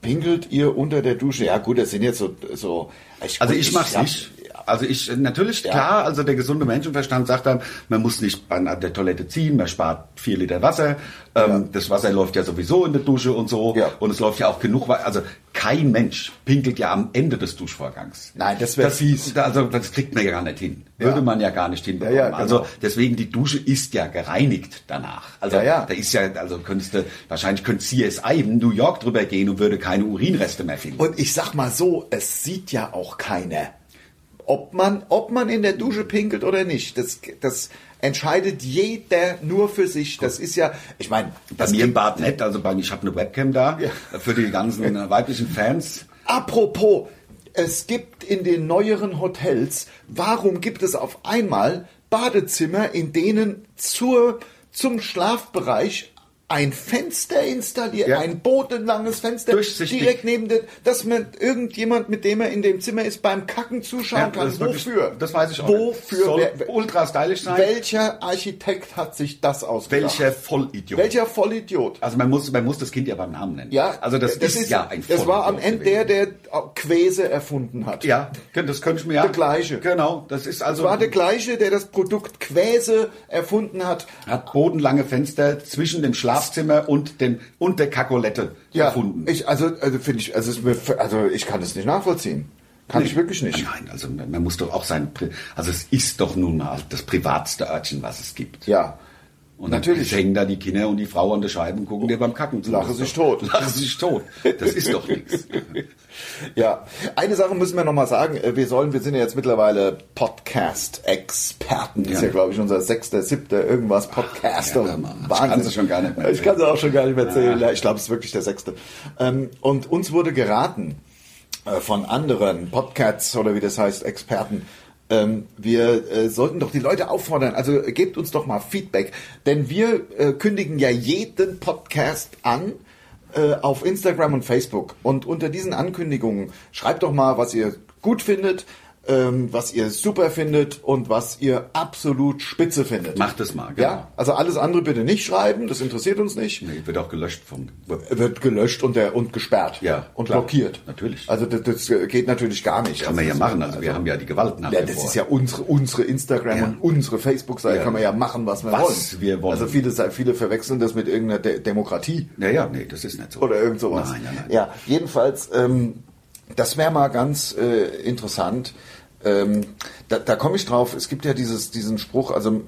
Pinkelt ihr unter der Dusche? Ja gut, das sind jetzt so... so
also
gut,
ich mach's
hab-
nicht. Also ich, äh, natürlich,
Ja.
klar, also der gesunde Menschenverstand sagt dann, man muss nicht an der Toilette ziehen, man spart vier Liter Wasser, ähm, das Wasser läuft ja sowieso in der Dusche und so,
Ja.
und es läuft ja auch genug, Wa- also kein Mensch pinkelt ja am Ende des Duschvorgangs.
Nein, das wär fies.
Also das kriegt man ja gar nicht hin.
Ja.
Würde man ja gar nicht hinbekommen.
Ja, ja, genau.
Also deswegen, die Dusche ist ja gereinigt danach. Also
Ja, ja.
da ist ja, also könntest du, wahrscheinlich könnte CSI in New York drüber gehen und würde keine Urinreste mehr finden.
Und ich sag mal so, es sieht ja auch keiner, ob man, ob man in der Dusche pinkelt oder nicht. Das, das entscheidet jeder nur für sich. Das ist ja, ich meine,
Bei
das
mir im Bad nicht, also bei, ich habe eine Webcam da für die ganzen äh, weiblichen Fans.
Apropos, es gibt in den neueren Hotels, warum gibt es auf einmal Badezimmer, in denen zur, zum Schlafbereich ein Fenster installiert,
Ja.
ein bodenlanges Fenster,
Durchsichtig.
direkt neben dem, dass man irgendjemand, mit dem er in dem Zimmer ist, beim Kacken zuschauen
Ja,
kann.
das ist wirklich-
Wofür?
das weiß ich auch nicht.
Wofür?
Soll
Wer- wer-
ultra stylisch sein.
Welcher Architekt hat sich das ausgedacht?
Welcher Vollidiot.
Welcher Vollidiot?
Also man muss, man muss das Kind ja beim Namen nennen.
Ja,
also das, ist, ja ein
Das war am
Vollidiot
Ende
gewesen.
der, der Quäse erfunden hat.
Ja, das könnte ich mir ja.
Der gleiche.
Genau, das ist also.
Es war der gleiche, der das Produkt Quäse erfunden hat.
hat bodenlange Fenster zwischen dem Schlafzimmer und dem und der Kakolette erfunden.
ich also, also finde ich, also, es ist mir, also ich kann es nicht nachvollziehen. Kann ich wirklich nicht.
Nein, also man man muss doch auch sein, Pri- also es ist doch nun mal das privatste Örtchen, was es gibt.
Ja,
Und
Natürlich.
natürlich hängen da die Kinder und die Frau an der Scheibe und gucken dir beim Kacken zu.
Lachen
Das ist
sich
doch-
tot.
Lachen sich tot. Das ist doch nichts.
ja. Eine Sache müssen wir noch mal sagen. Äh, Wir sollen, wir sind ja jetzt mittlerweile Podcast-Experten. Das ist ja,
Ja.
glaube ich, unser sechster, siebter irgendwas Podcast. Oh,
Ja, hör mal. Ich kann's schon gar nicht mehr
Ich kann es auch schon gar nicht mehr erzählen. Ja, ich glaube, es ist wirklich der sechste. Ähm, Und uns wurde geraten äh, von anderen Podcasts oder wie das heißt, Experten, ähm, wir äh, sollten doch die Leute auffordern, also äh, gebt uns doch mal Feedback, denn wir äh, kündigen ja jeden Podcast an äh, auf Instagram und Facebook und unter diesen Ankündigungen schreibt doch mal, was ihr gut findet, ähm, was ihr super findet und was ihr absolut spitze findet.
Macht es mal, genau.
Ja, also alles andere bitte nicht schreiben, das interessiert uns nicht
Nee, wird auch gelöscht vom Web.
wird gelöscht und, der, und gesperrt
Ja,
und
klar.
blockiert.
Natürlich.
Also das, das geht natürlich gar nicht.
Kann man ja machen. Also wir haben ja die Gewalt nach
ja,
wie
das
vor.
ist ja unsere, unsere Instagram
Ja.
und unsere Facebook-Seite,
Ja.
kann man ja machen, was wir
Was
wollen.
wir wollen.
Also viele, viele verwechseln das mit irgendeiner De Demokratie
ja, ja, nee, das ist nicht so.
oder irgend sowas.
Nein, nein, nein.
Ja, jedenfalls, ähm, das wäre mal ganz äh, interessant. Ähm, da da komme ich drauf, es gibt ja dieses, diesen Spruch, also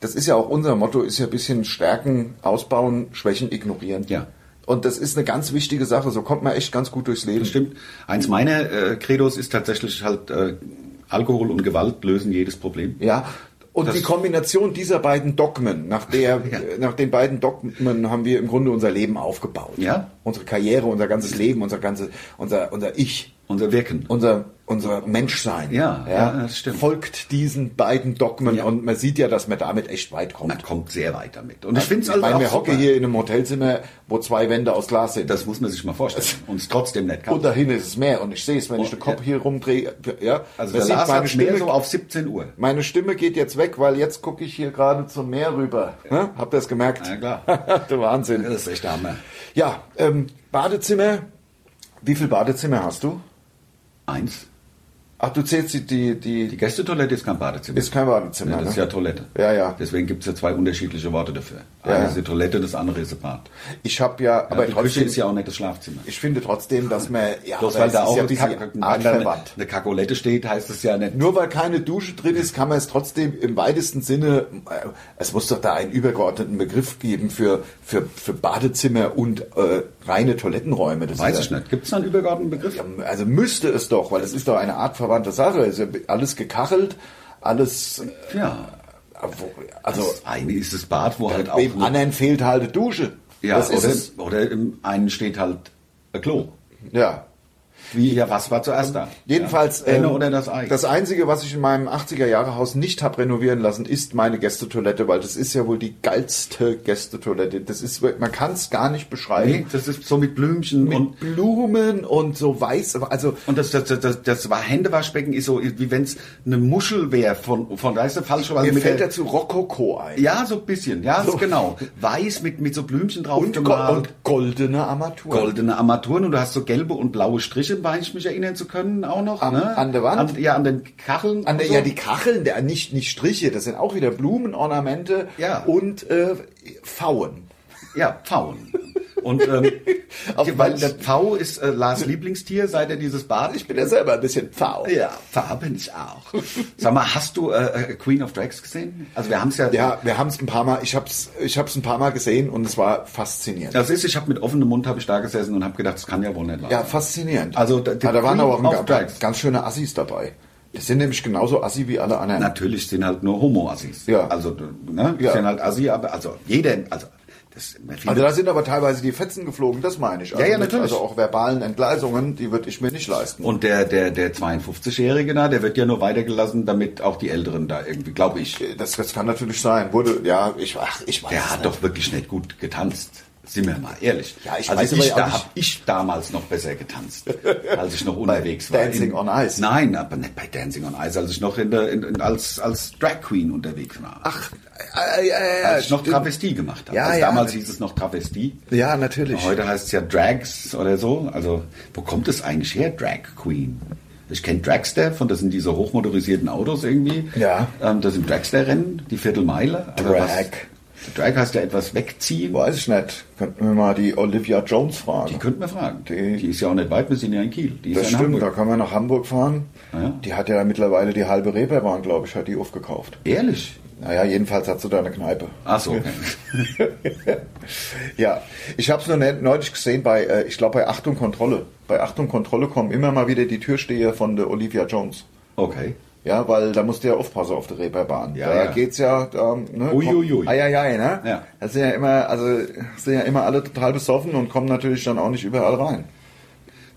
das ist ja auch unser Motto, ist ja ein bisschen Stärken ausbauen, Schwächen ignorieren.
Ja.
Und das ist eine ganz wichtige Sache, so kommt man echt ganz gut durchs Leben.
Stimmt. Eins meiner äh, Credos ist tatsächlich halt, äh, Alkohol und Gewalt lösen jedes Problem.
Ja. Und
Das-
die Kombination dieser beiden Dogmen, nach, der,
Ja.
äh, nach den beiden Dogmen haben wir im Grunde unser Leben aufgebaut.
Ja.
Unsere Karriere, unser ganzes Leben, unser ganze, unser, unser Ich.
Unser Wirken.
unser, unser Menschsein
Ja, ja, das stimmt.
folgt diesen beiden Dogmen
Ja.
und man sieht ja, dass man damit echt weit kommt.
Man kommt sehr weit damit. Und ich finde es
ich
also
meine, wir
auch
hocken
super.
hier in einem Hotelzimmer, wo zwei Wände aus Glas sind.
Das muss man sich mal vorstellen. Und es trotzdem nicht kann.
und dahin ist es Meer und ich sehe es, wenn ich
Und-
den Kopf
Oh, ja.
hier rumdrehe. Ja,
Also
man
der
sieht,
Lars
meine
hat mehr
Stimme,
so auf 17 Uhr.
meine Stimme geht jetzt weg, weil jetzt gucke ich hier gerade zum Meer rüber. Ne? Habt ihr es gemerkt?
Na klar.
der Wahnsinn.
Das ist echt der Hammer.
Ja, ähm, Badezimmer. Wie viel Badezimmer hast du?
Eins.
Ach, du zählst die, die,
Die
die
Gästetoilette ist kein Badezimmer.
ist kein Badezimmer.
Ja, das ist
ne?
ja Toilette.
Ja, ja.
Deswegen gibt es ja zwei unterschiedliche Worte dafür.
Ja.
Eine ist die Toilette, das andere ist ein Bad.
Ich habe ja,
Aber
aber
die Küche
trotzdem,
ist ja auch nicht das Schlafzimmer.
ich finde trotzdem, dass man, ja,
Bloß
aber
weil
es
da
ist
auch
ja
ein
ein
Kack-
bisschen
ein Kack-
artverwandt.
eine Kakolette steht, heißt es ja nicht.
Nur weil keine Dusche drin ist, kann man es trotzdem im weitesten Sinne, äh, es muss doch da einen übergeordneten Begriff geben für, für, für Badezimmer und äh, reine Toilettenräume. Das
Weiß
ist
ich
ja-
nicht. Gibt es da einen übergeordneten Begriff?
Also müsste es doch, weil es ist doch eine Art verwandte Sache. Es ist ja alles gekachelt, alles, äh,
Ja.
wo- also
das eine ist das Bad, wo halt auch.
dem
nur-
anderen fehlt halt eine Dusche.
ja,
das ist
oder,
es.
oder im einen steht halt ein Klo.
Ja.
Wie, ja, was war zuerst da?
Jedenfalls,
Ja. Henne
ähm,
oder das Ei?
das Einzige, was ich in meinem 80er-Jahre-Haus nicht habe renovieren lassen, ist meine Gästetoilette, weil das ist ja wohl die geilste Gästetoilette. Das ist, wirklich- man kann es gar nicht beschreiben.
nee, das ist so mit Blümchen
Mit
und.
Blumen und so weiß, also
Und das, das, das, das, das war Händewaschbecken ist so, wie wenn es eine Muschel wäre von, von da ist der falsche
mir
mit
fällt
der-
dazu Rokoko ein.
Ja, so ein bisschen, ja,
So.
genau. Weiß mit, mit so Blümchen drauf
Und, go
gemalt.
und goldene Armatur.
goldene Armaturen und du hast so gelbe und blaue Striche, meine ich mich erinnern zu können, auch noch.
Am-
ne?
an der Wand?
An, ja, an den Kacheln.
An
und
der,
so.
Ja, die Kacheln, der, nicht, nicht Striche, das sind auch wieder Blumenornamente
Ja.
und äh, Pfauen.
ja Pfauen. Und ähm,
Auf
die- weil
manch-
der Pfau ist äh, Lars Lieblingstier, seit er dieses Bad.
Ich bin ja selber ein bisschen Pfau.
ja, Pfau bin ich auch. Sag mal, hast du äh, äh, Queen of Drags gesehen? Also wir haben es ja.
Ja, wir haben es ein paar Mal, ich hab's, ich hab's ein paar Mal gesehen und es war faszinierend. Ja,
Das ist, ich habe mit offenem Mund habe ich da gesessen und habe gedacht, das kann ja wohl nicht laufen.
faszinierend.
Also, da- die
ah, da waren
Queen
aber auch
of
ein,
Drags.
ganz, ganz schöne Assis dabei. Das sind nämlich genauso Assi wie alle anderen.
Natürlich sind halt nur Homo-Assis.
Ja.
Also, ne?
Ja.
Sind halt Assi, aber also jeder, also das, man
also
findet-
da sind aber teilweise die Fetzen geflogen, das meine ich. Also
ja,
mit-
natürlich.
Also auch verbalen Entgleisungen, die würde ich mir nicht leisten.
Und der, der, der 52-Jährige da, der wird ja nur weitergelassen, damit auch die Älteren da irgendwie, glaube ich.
das, das kann natürlich sein. Wurde, ja, ich, ach, ich weiß
Der
es
hat
nicht.
doch wirklich nicht gut getanzt. Sind wir mal ehrlich.
Ja, ich
also
weiß aber
ich,
ja auch
da
nicht-
habe ich damals noch besser getanzt, als ich noch unterwegs war.
Dancing on Ice.
Nein, aber nicht bei Dancing on Ice, als ich noch in der, in, in, als, als Drag Queen unterwegs war.
Ach, äh, ja, ja, ja,
als ich noch
stimmt.
Travestie gemacht habe.
Ja,
also
ja.
damals hieß es noch Travestie.
Ja, natürlich.
Heute heißt es ja Drags oder so. Also, wo kommt es eigentlich her, Drag Queen? Ich kenne Dragster, von das sind diese hochmotorisierten Autos irgendwie.
Ja.
Ähm, das sind Dragster-Rennen, die Viertelmeile. Aber
Drag.
Was, Drag heißt ja etwas wegziehen.
Weiß ich nicht. Könnten wir mal die Olivia Jones fragen.
Die könnten wir fragen.
Die-
Die ist ja auch nicht weit, wir sind ja in Kiel. Die ist
das
ja in
stimmt, da
Hamburg.
kann man nach Hamburg fahren.
Ja.
Die hat ja mittlerweile die halbe Reeperbahn, glaube ich, hat die aufgekauft.
Ehrlich?
Naja, jedenfalls hat sie da eine Kneipe.
Ach so, okay.
Ja, ich habe es nur ne- neulich gesehen bei, äh, ich glaube, bei Achtung Kontrolle. Bei Achtung Kontrolle kommen immer mal wieder die Türsteher von der Olivia Jones.
okay.
Ja, weil da musst du ja aufpassen auf der Reeperbahn.
Ja,
da
ja.
geht's ja, da, ne?
Uiuiui.
Eieiei, ne?
Ja.
Das sind ja immer, also sind ja immer alle total besoffen und kommen natürlich dann auch nicht überall rein.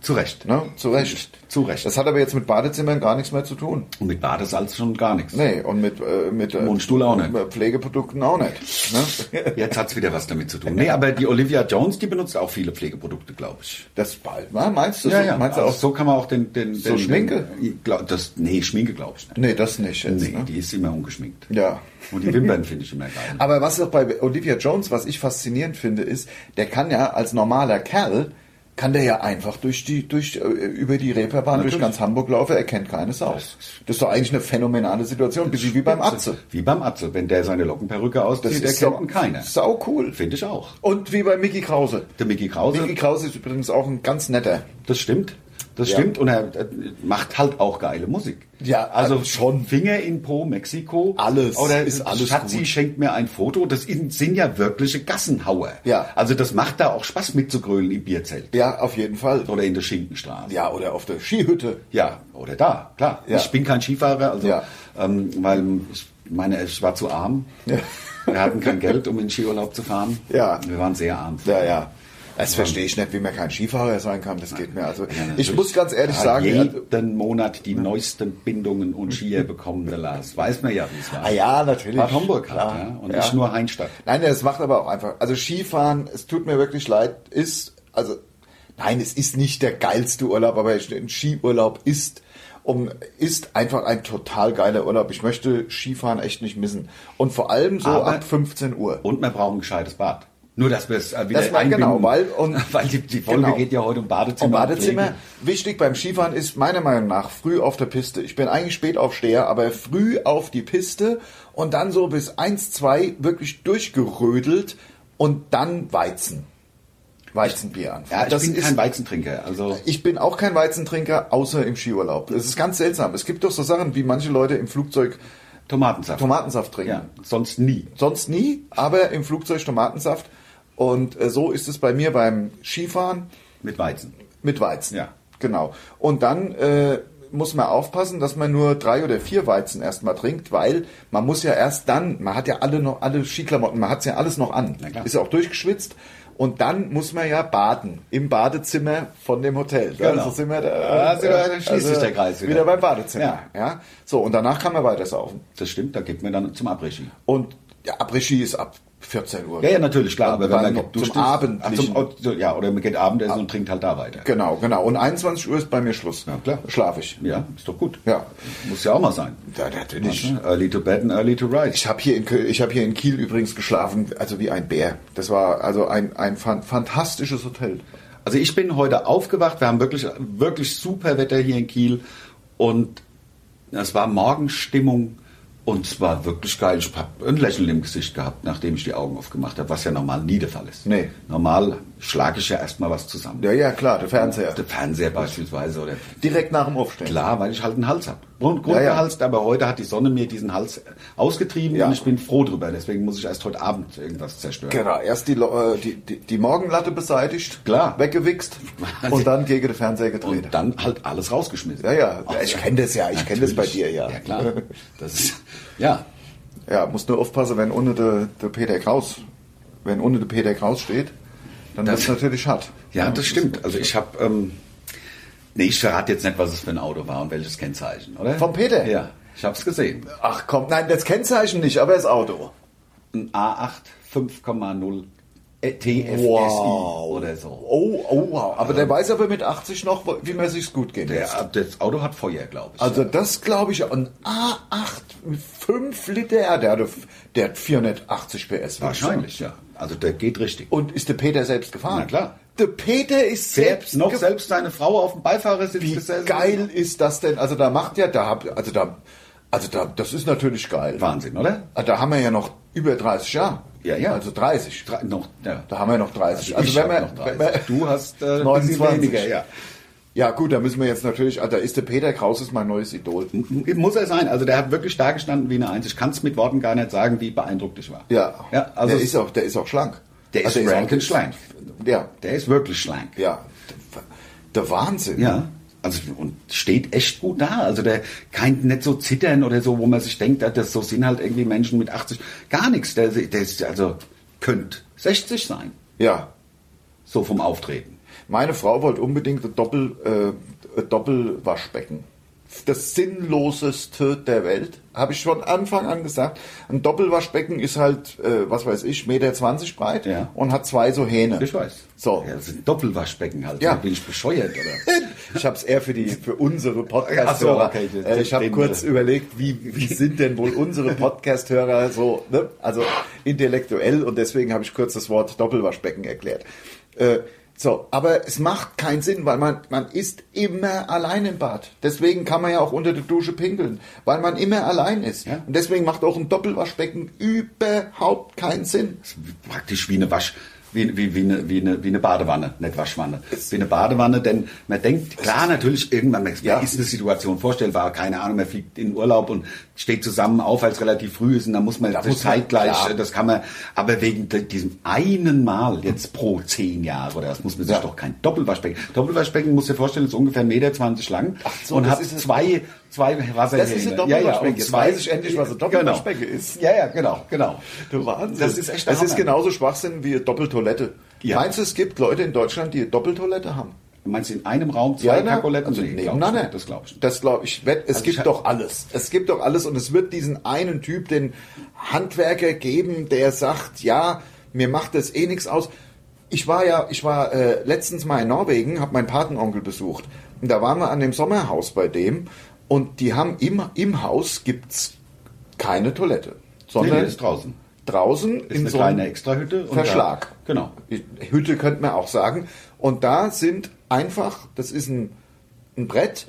Zu Recht.
Ne? Zu Recht.
Zu Recht.
Das hat aber jetzt mit Badezimmern gar nichts mehr zu tun.
Und mit Badesalz schon gar nichts.
Nee, und mit, äh, mit äh,
Mundstuhl auch nicht.
mit Pflegeprodukten auch nicht. Ne?
Jetzt hat's wieder was damit zu tun. Nee, aber die Olivia Jones, die benutzt auch viele Pflegeprodukte, glaube ich.
Das bald, ne? meinst du so? Meinst du
also
auch so?
so kann man auch den, den,
So
den
Schminke?
Den, glaub, das, nee, Schminke glaube ich nicht.
Nee, das nicht jetzt,
Nee,
ne? Ah,
die ist immer ungeschminkt.
Ja.
Und die Wimpern finde ich immer geil.
Aber was auch bei Olivia Jones, was ich faszinierend finde, ist, der kann ja als normaler Kerl, kann der ja einfach durch die, durch, äh, über die Reeperbahn, durch ganz Hamburg laufen, er kennt keines aus. Das ist doch eigentlich eine phänomenale Situation, ein bisschen wie beim Atze.
Wie beim Atze, wenn der seine Lockenperücke auszieht, der kennt ihn keiner.
Sau cool.
Finde ich auch.
Und wie bei Mickey Krause.
Der Mickey Krause,
Mickey Krause ist übrigens auch ein ganz netter.
das stimmt. Das
Ja.
stimmt und er äh, macht halt auch geile Musik.
Ja,
also
also schon.
Finger in Po, Mexiko.
Alles
Oder
ist alles
Schatzi
gut.
schenkt mir ein Foto. Das sind sind ja wirkliche Gassenhauer.
Ja.
Also das macht da auch Spaß mitzugrölen im Bierzelt.
Ja, auf jeden Fall.
Oder in der Schinkenstraße.
Ja, oder auf der Skihütte.
Ja, oder da, klar.
Ja.
Ich bin kein Skifahrer, also
Ja.
ähm, weil ich meine, ich war zu arm.
Ja.
Wir hatten kein Geld, um in den Skiurlaub zu fahren.
Ja.
Wir waren sehr arm.
Ja, ja. Das verstehe ich nicht, wie man kein Skifahrer sein kann. Das geht mir. Also ich muss ganz ehrlich sagen, also-
jeden Monat die neuesten Bindungen und Skier bekommen der Lars. Weiß man ja, wie es war.
ah ja, natürlich.
Hat Homburg hat,
Klar.
ja. Und
Ja.
nicht nur Heinstadt.
Nein, das macht aber auch einfach. Also Skifahren, es tut mir wirklich leid, ist, also, nein, es ist nicht der geilste Urlaub, aber ein Skiurlaub ist, um, ist einfach ein total geiler Urlaub. Ich möchte Skifahren echt nicht missen. Und vor allem so
Aber-
ab 15 Uhr.
Und wir brauchen ein gescheites Bad. Nur, dass wir es äh, wieder
Das war- genau,
einbinden.
weil- und-
weil die, die Folge
genau.
geht ja heute um Badezimmer.
Im
und
Badezimmer.
Pflege.
Wichtig beim Skifahren ist meiner Meinung nach früh auf der Piste. Ich bin eigentlich Spätaufsteher, aber früh auf die Piste und dann so bis 1, 2 wirklich durchgerödelt und dann Weizen. Weizenbier an.
Ja, ich bin kein Weizentrinker. Also
Ich bin auch kein Weizentrinker, außer im Skiurlaub. Es ist ganz seltsam. Es gibt doch so Sachen, wie manche Leute im Flugzeug
Tomatensaft.
Tomatensaft trinken.
ja, sonst nie.
Sonst nie, aber im Flugzeug Tomatensaft. Und äh, so ist es bei mir beim Skifahren
Mit Weizen.
mit Weizen.
Ja.
Genau. Und dann äh, muss man aufpassen, dass man nur drei oder vier Weizen erstmal trinkt, weil man muss ja erst dann, man hat ja alle noch alle Skiklamotten, man hat's ja alles noch an.
Na klar.
Ist ja auch durchgeschwitzt. Und dann muss man ja baden im Badezimmer von dem Hotel.
Genau.
Also sind wir da,
Da
also
sind wir- da schließt sich der Kreis wieder.
wieder. beim Badezimmer.
Ja.
Ja. ja. So, und danach kann man weiter saufen.
Das stimmt, da gibt man dann zum Abrechen.
Und ja, Après-Ski ist ab 14 Uhr.
Ja, ja, natürlich, klar. Aber wenn
Dann
man
noch
geduscht
zum Ah.
ist-
Abendlichen.
Ach, zum, ja, oder man geht Abendessen und trinkt halt da weiter.
Genau, genau. Und 21 Uhr ist bei mir Schluss.
Ja, klar.
Schlaf ich.
Ja, ist doch gut.
Ja.
Muss ja auch mal sein.
Ja, natürlich.
Ne? Early to bed and early to rise.
Ich habe hier, in Kö- ich hab hier in Kiel übrigens geschlafen, also wie ein Bär. Das war also ein, ein fan fantastisches Hotel.
Also ich bin heute aufgewacht. Wir haben wirklich, wirklich super Wetter hier in Kiel. Und es war Morgenstimmung. Und es war wirklich geil. Ich habe ein Lächeln im Gesicht gehabt, nachdem ich die Augen aufgemacht habe, was ja normal nie der Fall ist.
Nee.
Normal schlage ich ja erstmal was zusammen.
Ja, ja, klar, der Fernseher.
Der Fernseher beispielsweise oder
Direkt nach dem Aufstehen.
Klar, weil ich halt einen Hals habe. Grund,
Ja, ja.
Grundgehalst, aber heute hat die Sonne mir diesen Hals ausgetrieben
Ja.
und ich bin froh drüber. Deswegen muss ich erst heute Abend irgendwas zerstören.
Genau, erst die, Lo- äh, die, die, die Morgenlatte beseitigt,
Klar.
weggewichst und dann gegen den Fernseher gedreht.
Und dann halt alles rausgeschmissen.
ja, ja,
Ach,
ich kenne das ja, ich kenne das bei
natürlich.
dir ja.
Ja, klar. Das ist, ja.
Ja, musst nur aufpassen, wenn ohne der der Peter Kraus, wenn ohne der Peter Kraus steht, dann
Das-
wird's natürlich hart.
Ja, das stimmt. Also ich habe, ähm, nee, ich verrate jetzt nicht, was es für ein Auto war und welches Kennzeichen, oder?
Vom Peter?
Ja, ich habe es gesehen.
Ach komm, nein, das Kennzeichen nicht, aber das Auto.
Ein A8 5,0 TFSI
Wow.
oder so.
Oh, oh, wow. Aber der weiß aber mit 80 noch, wie man sich's gut gehen lässt.
Der, das Auto hat Feuer, glaube ich.
Also das glaube ich, ein A8 mit 5 Liter, der hat, der hat 480 PS.
Wahrscheinlich, ja. Also der geht richtig.
Und ist der Peter selbst gefahren?
Na klar.
Der Peter ist selbst,
selbst noch
ge-
selbst seine Frau auf dem Beifahrersitz
Wie
gesessen.
geil ist das denn? Also da macht ja, da hab, also da, also da, das ist natürlich geil.
Wahnsinn, oder?
Ah, Da haben wir ja noch über 30 Jahre.
Ja, ja.
Also 30.
Drei, noch, ja.
Da haben wir noch 30.
Also ich hab
wir-
noch 30.
wir-
Du hast, äh, ein bisschen
29.
weniger, ja.
Ja, gut, da müssen wir jetzt natürlich, ah, da ist der Peter Kraus ist mein neues Idol.
Muss er sein. Also der hat wirklich da gestanden wie eine Eins. Ich kann es mit Worten gar nicht sagen, wie beeindruckt ich war.
Ja.
ja also
der ist auch, der ist auch schlank.
Der ist
Also
rank
auch-
and schlank.
Ja,
der ist wirklich schlank.
ja. Der, der Wahnsinn.
Ja. Also und steht echt gut da. Also der kann nicht so zittern oder so, wo man sich denkt, das so sind halt irgendwie Menschen mit 80. Gar nichts. Der, der ist also könnte 60 sein,
Ja.
so vom Auftreten.
Meine Frau wollte unbedingt ein Doppel, äh, ein Doppelwaschbecken. Das sinnloseste der Welt, habe ich von Anfang an gesagt. Ein Doppelwaschbecken ist halt, äh, was weiß ich, Meter 20 breit
Ja.
und hat zwei so Hähne.
Ich weiß.
So.
Ja, das sind Doppelwaschbecken halt.
Ja.
Bin ich bescheuert, oder?
Ich habe es eher für die für unsere
Ach so,
Podcast-Hörer.
okay, das-
äh, ich habe
dem-
kurz überlegt, wie, wie sind denn wohl unsere Podcast-Hörer so, ne? also intellektuell und deswegen habe ich kurz das Wort Doppelwaschbecken erklärt. Äh, so, aber es macht keinen Sinn, weil man man ist immer allein im Bad. Deswegen kann man ja auch unter der Dusche pinkeln, weil man immer allein ist.
Ja.
Und deswegen macht auch ein Doppelwaschbecken überhaupt keinen Sinn.
Praktisch wie eine Wasch, wie, wie, wie, eine, wie, eine, wie eine Badewanne, nicht Waschwanne. Wie eine Badewanne, denn man denkt, klar, natürlich, irgendwann man-
Ja.
ist eine Situation vorstellbar, keine Ahnung, man fliegt in Urlaub und steht zusammen auf, weil es relativ früh ist und dann muss man natürlich
muss man-
zeitgleich,
klar.
äh, das kann man, aber wegen de- diesem einen Mal jetzt pro zehn Jahre, oder das muss man sich
Ja.
doch kein Doppelwaschbecken, Doppelwaschbecken, muss dir vorstellen, ist ungefähr 1,20 Meter lang
so,
und
das
hat
ist ein-
zwei, zwei Wasserhähne.
Das ist
Ja, ja,
ein Doppelwaschbecken.
und
Jetzt
zwei-
weiß ich endlich, was ein Doppelwaschbecken
genau.
ist.
Ja, ja, genau, genau.
Du Wahnsinn.
Das ist echt der
Es ist
Hammer.
genauso Schwachsinn wie Doppeltoilette.
Ja.
Meinst du, es gibt Leute in Deutschland, die eine Doppeltoilette haben?
Meinst du in einem Raum zwei
na,
Kakoletten?
Also,
Nee,
nee,
glaub ich
nein,
nicht.
nein.
Das glaube ich nicht.
Das glaube ich. Wett- Es
Also
gibt
ich-
doch alles. Es gibt doch alles und es wird diesen einen Typ, den Handwerker geben, der sagt, ja, mir macht das eh nichts aus. Ich war ja, ich war äh, letztens mal in Norwegen, habe meinen Patenonkel besucht und da waren wir an dem Sommerhaus bei dem und die haben im, im Haus gibt's keine Toilette,
Nee,
sondern
nee, ist draußen.
draußen
Ist
in
eine
so einem-
kleine Extrahütte. und
Verschlag.
Da, genau.
Hütte könnte man auch sagen. Und da sind einfach, das ist ein, ein Brett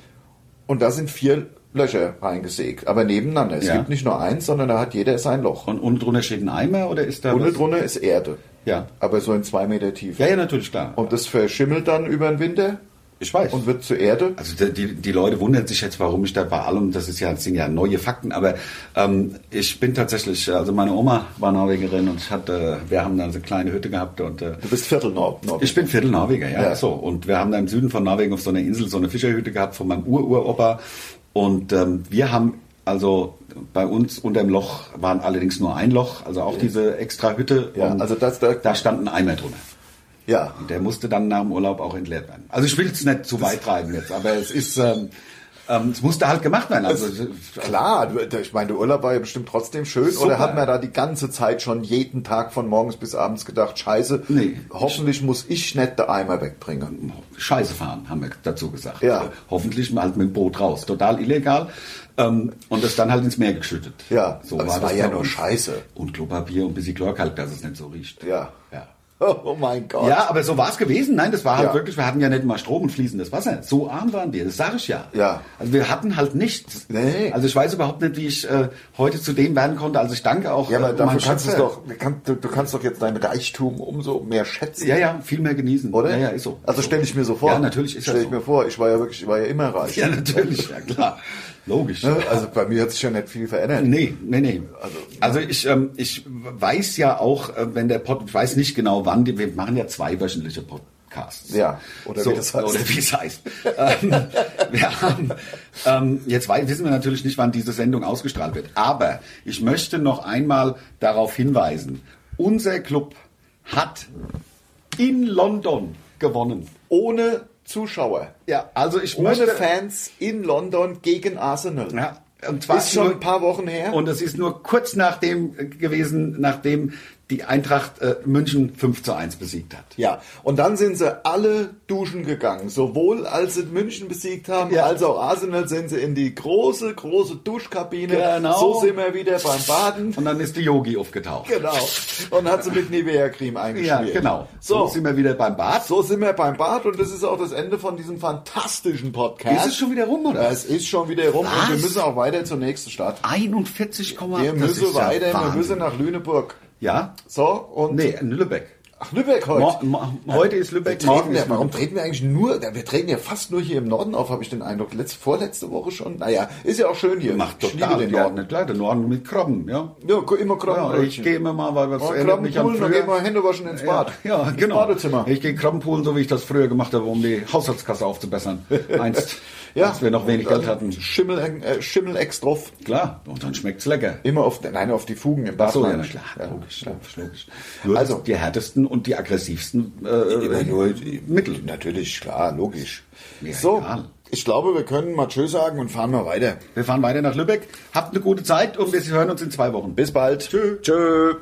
und da sind vier Löcher reingesägt, aber nebeneinander. Es
Ja.
gibt nicht nur eins, sondern da hat jeder sein Loch.
Und unten drunter steht ein Eimer oder ist da
Unten
was?
drunter ist Erde,
Ja.
aber so in zwei Meter Tiefe.
Ja, ja, natürlich, klar.
Und das verschimmelt dann über den Winter
ich weiß.
und wird zu Erde.
Also die- die, die Leute wundern sich jetzt, warum ich da bei allem, das ist ja, das sind ja neue Fakten, aber ähm, ich bin tatsächlich, also meine Oma war Norwegerin und ich hatte, wir haben da so eine kleine Hütte gehabt und äh,
Du bist Viertel Nord. Nord.
ich bin Viertel Norweger, ja,
Ja.
So, und wir haben da im Süden von Norwegen auf so einer Insel so eine Fischerhütte gehabt von meinem Ururopa. Und ähm, wir haben, also bei uns unterm Loch waren allerdings nur ein Loch, also auch diese extra Hütte.
Ja,
und
also das- da-
da stand ein Eimer drunter.
ja.
Der musste dann nach dem Urlaub auch entleert werden. Also ich will es nicht zu weit treiben jetzt, aber es ist, ähm, ähm, es musste halt gemacht werden. Also,
Klar, du- ich meine, der Urlaub war ja bestimmt trotzdem schön.
Super.
Oder hat man da die ganze Zeit schon jeden Tag von morgens bis abends gedacht, scheiße,
Nee.
hoffentlich muss ich nicht den Eimer wegbringen.
Scheiße fahren, haben wir dazu gesagt.
Ja.
Hoffentlich halt mit dem Boot raus. Total illegal. Ähm, und das dann halt ins Meer geschüttet.
Ja, aber es war
das
ja
bei
nur
uns.
scheiße.
Und Klopapier und ein bisschen Chlorkalk, dass es nicht so riecht.
Ja.
Ja.
Oh mein Gott.
Ja, aber so war es gewesen. Nein, das war halt
Ja.
wirklich, wir hatten ja nicht mal Strom und fließendes Wasser. So arm waren wir, das sage ich ja.
Ja.
Also wir hatten halt nichts.
Nee.
Also ich weiß überhaupt nicht, wie ich äh, heute zu dem werden konnte. Also ich danke auch
Ja, aber
äh,
dafür
meinem
kannst du's
Schöpfer.
doch, du kannst, du, du kannst doch jetzt deinen Reichtum umso mehr schätzen.
äh, Ja, ja, viel mehr genießen.
Oder?
Ja, ja, ist so.
Also
Ist so.
stelle ich mir so vor.
Ja, natürlich ist
Stelle
das
ich
so.
mir vor, ich war ja wirklich, ich war ja immer reich.
Ja, natürlich, ja klar. Logisch.
Ne? Also bei mir hat sich ja nicht viel verändert.
Nee, nee, nee. Also, ich, ähm, ich weiß ja auch, äh, wenn der Pod, ich weiß nicht genau wann, die, wir machen ja zwei wöchentliche Podcasts.
Ja, oder wie das heißt.
Oder wie es heißt. ähm, wir haben, ähm, jetzt wei- wissen wir natürlich nicht, wann diese Sendung ausgestrahlt wird. Aber ich möchte noch einmal darauf hinweisen, unser Club hat in London gewonnen.
Ohne Zuschauer.
Ja, also ich
Ohne
möchte...
Fans in London gegen Arsenal.
Ja, und zwar
Ist schon
nur-
ein paar Wochen her.
Und es ist nur kurz nachdem gewesen, nachdem die Eintracht äh, München 5 zu 1 besiegt hat.
Ja, und dann sind sie alle duschen gegangen. Sowohl als sie München besiegt haben,
Ja.
als auch Arsenal sind sie in die große, große Duschkabine.
Genau.
So sind wir wieder beim Baden.
Und dann ist die Yogi aufgetaucht.
Genau. Und hat sie mit Nivea Creme
Ja,
eingeschmiert.
genau.
So,
So sind wir wieder beim Bad.
so sind wir beim Bad und das ist auch das Ende von diesem fantastischen Podcast.
Ist es schon wieder rum, oder?
Ja, Es ist schon wieder rum
Was?
und wir müssen auch weiter zur nächsten Stadt.
41,
Wir
das ist
müssen
ja
weiter, wir
Wahnsinn.
müssen nach Lüneburg.
Ja?
So, und
Nee, in Lübeck.
Ach, Lübeck heute.
Mo- mo- heute ist
Wir
Lübeck,
Äh, treten
morgen
ja,
ist
warum treten wir eigentlich nur, wir treten ja fast nur hier im Norden auf, habe ich den Eindruck. Letzte, vorletzte Woche schon. Naja, ist ja auch schön hier.
Macht
ich
total
liebe den
ja,
Norden.
nicht klar, der Norden mit Krabben, ja.
Ja, gu- immer
Ja, ich
Krabbenbrötchen.
gehe immer mal, weil das
Oh,
erinnert mich an
Krabbenpoolen, dann gehen wir
früher.
Hände waschen ins Bad.
Ja, ja, genau.
Ins Badezimmer.
Ich gehe Krabbenpoolen, so wie ich das früher gemacht habe, um die Haushaltskasse aufzubessern. Einst,
ja.
als wir noch wenig
Dann
Geld hatten.
Schimmel, äh, Schimmelex drauf.
Klar, und dann schmeckt's lecker.
Immer auf, nein, auf die Fugen im Bad.
Achso, ja,
rein.
na klar, logisch, logisch, logisch. also
Also-
die härtesten und die aggressivsten äh,
Immer nur
äh,
die-
Mittel.
Natürlich, klar, logisch.
Mir
so,
egal.
ich glaube, wir können mal Tschö sagen und fahren mal weiter.
Wir fahren weiter nach Lübeck. Habt eine gute Zeit und wir hören uns in zwei Wochen.
Bis bald. Tschö. Tschö.